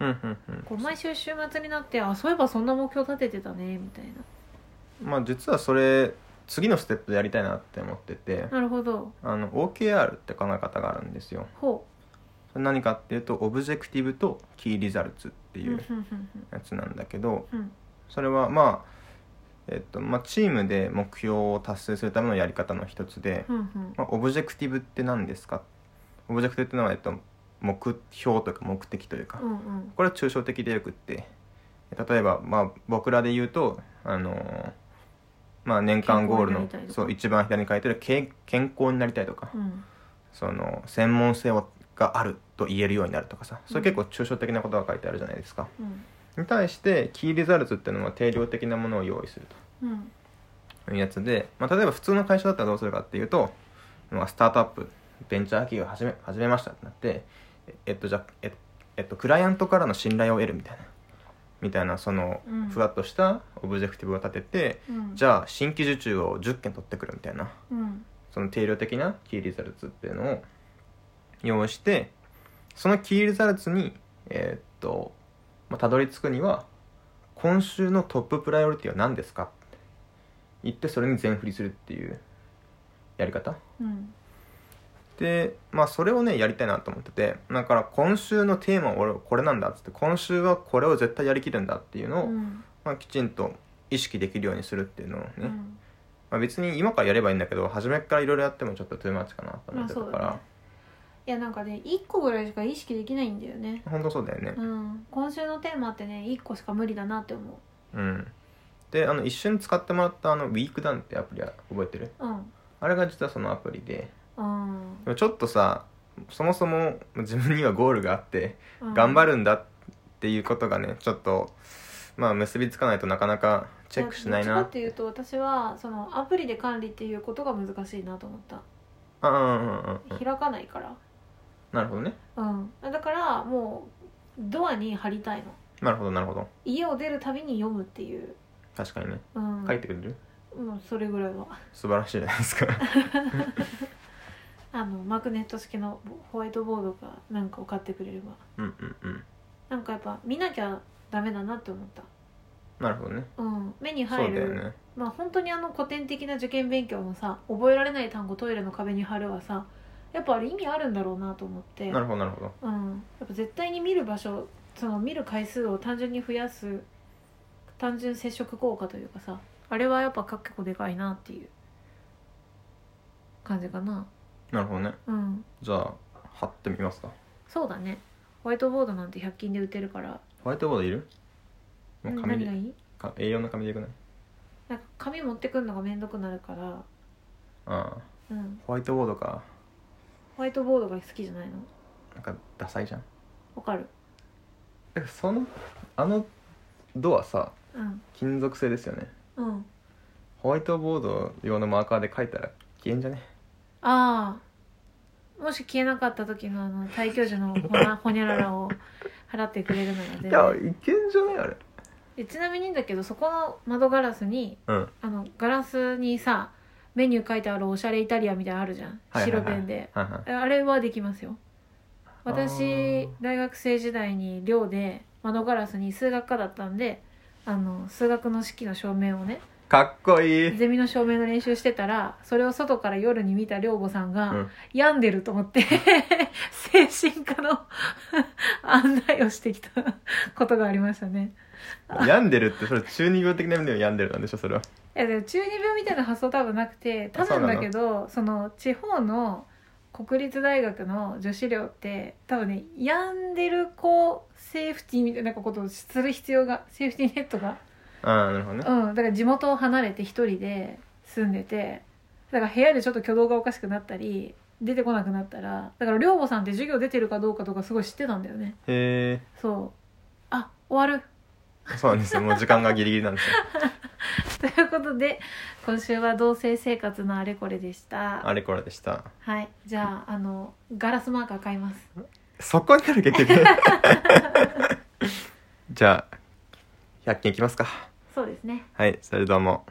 [SPEAKER 1] うんうんうん
[SPEAKER 2] こう毎週週末になってあそういえばそんな目標立ててたねみたい
[SPEAKER 1] まあ実はそれ次のステップでやりたいなって思ってて
[SPEAKER 2] ななるほど
[SPEAKER 1] あの OKR って考え方があるんですよ
[SPEAKER 2] ほ
[SPEAKER 1] それ何かっていうとオブジェクティブとキーリザルツって
[SPEAKER 2] う
[SPEAKER 1] いう
[SPEAKER 2] ふんふんふん
[SPEAKER 1] やつなんだけど
[SPEAKER 2] ふんうん
[SPEAKER 1] それはまあえっとまあ、チームで目標を達成するためのやり方の一つで、
[SPEAKER 2] ふんふん
[SPEAKER 1] まあ、オブジェクティブって何ですかオブジェクティブってのは、えっと、目標というか目的というか、
[SPEAKER 2] うんうん
[SPEAKER 1] これは抽象的でよくって例えば、まあ、僕らで言うと、あのーまあ、年間ゴール
[SPEAKER 2] 健
[SPEAKER 1] の
[SPEAKER 2] 康になりたいとか
[SPEAKER 1] そう一番左に書いてるけ健康になりたいとか、
[SPEAKER 2] うん
[SPEAKER 1] その専門性をがあると言えるようになるとかさそれ結構抽象的なことが書いてあるじゃないですか、
[SPEAKER 2] うん
[SPEAKER 1] に対してキーリザルツっていうのは定量的なものを用意する
[SPEAKER 2] うん
[SPEAKER 1] というやつで、まあ、例えば普通の会社だったらどうするかっていうと、まあ、スタートアップベンチャー企業始め始めましたってなってええっとじゃええっとクライアントからの信頼を得るみたいなみたいなその
[SPEAKER 2] うん
[SPEAKER 1] ふわっとしたオブジェクティブを立てて、
[SPEAKER 2] うん
[SPEAKER 1] じゃあ新規受注を10件取ってくるみたいな
[SPEAKER 2] うん
[SPEAKER 1] その定量的なキーリザルツっていうのを用意してそのキーリザルツにえーっとまあたど、り着くには今週のトッププライオリティは何ですかって言ってそれに全振りするっていうやり方
[SPEAKER 2] うん
[SPEAKER 1] でまあそれをねやりたいなと思っててだから今週のテーマは俺これなんだっつって今週はこれを絶対やりきるんだっていうのを、
[SPEAKER 2] うん
[SPEAKER 1] まあ、きちんと意識できるようにするっていうのをね、
[SPEAKER 2] うん
[SPEAKER 1] まあ、別に今からやればいいんだけど初めからいろいろやってもちょっとトゥーマッチかなと思ってた
[SPEAKER 2] まあそう
[SPEAKER 1] か
[SPEAKER 2] だ
[SPEAKER 1] ら、
[SPEAKER 2] ねいやなんかね1個ぐらいしか意識できないんだよね
[SPEAKER 1] 本当そうだよね
[SPEAKER 2] うん今週のテーマってね1個しか無理だなって思
[SPEAKER 1] うん、であの一緒に使ってもらったあのウィークダウンってアプリは覚えてる
[SPEAKER 2] ううん
[SPEAKER 1] あれが実はそのアプリで
[SPEAKER 2] うん
[SPEAKER 1] でもちょっとさそもそも自分にはゴールがあって
[SPEAKER 2] うん
[SPEAKER 1] 頑張るんだっていうことがねちょっとまあ結びつかないとなかなかチェックしない
[SPEAKER 2] やど
[SPEAKER 1] な
[SPEAKER 2] っちかっていうと私はそのアプリで管理っていうことが難しいなと思った
[SPEAKER 1] あうんうんうんうん
[SPEAKER 2] 開かないから
[SPEAKER 1] なるほどね
[SPEAKER 2] うんだからもうドアに貼りたいの
[SPEAKER 1] なるほどなるほど
[SPEAKER 2] 家を出るたびに読むっていう、
[SPEAKER 1] 確かにね
[SPEAKER 2] うん、
[SPEAKER 1] 書いてくれる
[SPEAKER 2] うんそれぐらいは
[SPEAKER 1] 素晴らしいじゃないですか
[SPEAKER 2] あのマグネット式のホワイトボードかなんかを買ってくれれば
[SPEAKER 1] うんうんうん
[SPEAKER 2] なんかやっぱ見なきゃダメだなって思っ
[SPEAKER 1] なるほどね
[SPEAKER 2] たうん目に
[SPEAKER 1] そう
[SPEAKER 2] 入
[SPEAKER 1] だよ
[SPEAKER 2] る、
[SPEAKER 1] ね
[SPEAKER 2] まあ本当にあの古典的な受験勉強のさ覚えられない単語トイレの壁に貼るはさやっぱあれ意味あるんだろうなと思って
[SPEAKER 1] なるほどなるほど
[SPEAKER 2] うん、やっぱ絶対に見る場所その見る回数を単純に増やす単純接触効果というかさあれはやっぱ結構でかいなっていう感じかな
[SPEAKER 1] なるほどね
[SPEAKER 2] うん
[SPEAKER 1] じゃあ貼ってみますか
[SPEAKER 2] そうだねホワイトボードなんて100均で売ってるから
[SPEAKER 1] ホワイトボードいるもう紙
[SPEAKER 2] 何がい
[SPEAKER 1] で
[SPEAKER 2] い
[SPEAKER 1] か A4 の紙でよくない
[SPEAKER 2] なんか紙持ってくるのが面倒くなるから、
[SPEAKER 1] ああ
[SPEAKER 2] うん、
[SPEAKER 1] ホワイトボードか
[SPEAKER 2] ホワイトボードが好きじゃないの
[SPEAKER 1] なんかダサいじゃん
[SPEAKER 2] わかる
[SPEAKER 1] えそのあのドアさ
[SPEAKER 2] うん
[SPEAKER 1] 金属製ですよね
[SPEAKER 2] うん
[SPEAKER 1] ホワイトボード用のマーカーで書いたら消えんじゃね
[SPEAKER 2] ああもし消えなかった時のあの大教授のほ なほにゃららを払ってくれるなら全
[SPEAKER 1] い
[SPEAKER 2] 然
[SPEAKER 1] やいけんじゃねあれ
[SPEAKER 2] でちなみにだけどそこの窓ガラスに
[SPEAKER 1] うん
[SPEAKER 2] あのガラスにさメニュー書いてあるおしゃれイタリアンみたいなのあるじゃん、
[SPEAKER 1] はいはいはい
[SPEAKER 2] 白ペンで
[SPEAKER 1] はいはい
[SPEAKER 2] えあれはできますよ
[SPEAKER 1] あ
[SPEAKER 2] 私
[SPEAKER 1] ー
[SPEAKER 2] 大学生時代に寮で窓ガラスに数学科だったんであの数学の式の証明をね
[SPEAKER 1] かっこいい
[SPEAKER 2] ゼミの証明の練習してたらそれを外から夜に見た寮母さんが、
[SPEAKER 1] うん
[SPEAKER 2] 病んでると思って 精神科の 案内をしてきた ことがありましたね
[SPEAKER 1] 病んでるってそれ中二病的な意味での病んでるなんでしょそれはい
[SPEAKER 2] やでも中二病みたいな発想多分なくて多
[SPEAKER 1] あそう
[SPEAKER 2] 分
[SPEAKER 1] なの
[SPEAKER 2] だけどその地方の国立大学の女子寮って多分ね病んでる子セーフティーみたいなことをする必要がセーフティーネットが
[SPEAKER 1] ああなるほ どね
[SPEAKER 2] うんだから地元を離れて一人で住んでてだから部屋でちょっと挙動がおかしくなったり出てこなくなったらだから寮母さんって授業出てるかどうかとかすごい知ってたんだよね
[SPEAKER 1] へ
[SPEAKER 2] そうあ終わる
[SPEAKER 1] えそうなんですよもう時間がギリギリなんですよ
[SPEAKER 2] ということで今週は同性生活のあれこれでした
[SPEAKER 1] あれこれでした
[SPEAKER 2] はいじゃああのガラスマーカー買います
[SPEAKER 1] そこになる結局 じゃあ100件いきますか
[SPEAKER 2] そうですね
[SPEAKER 1] はいそれどうも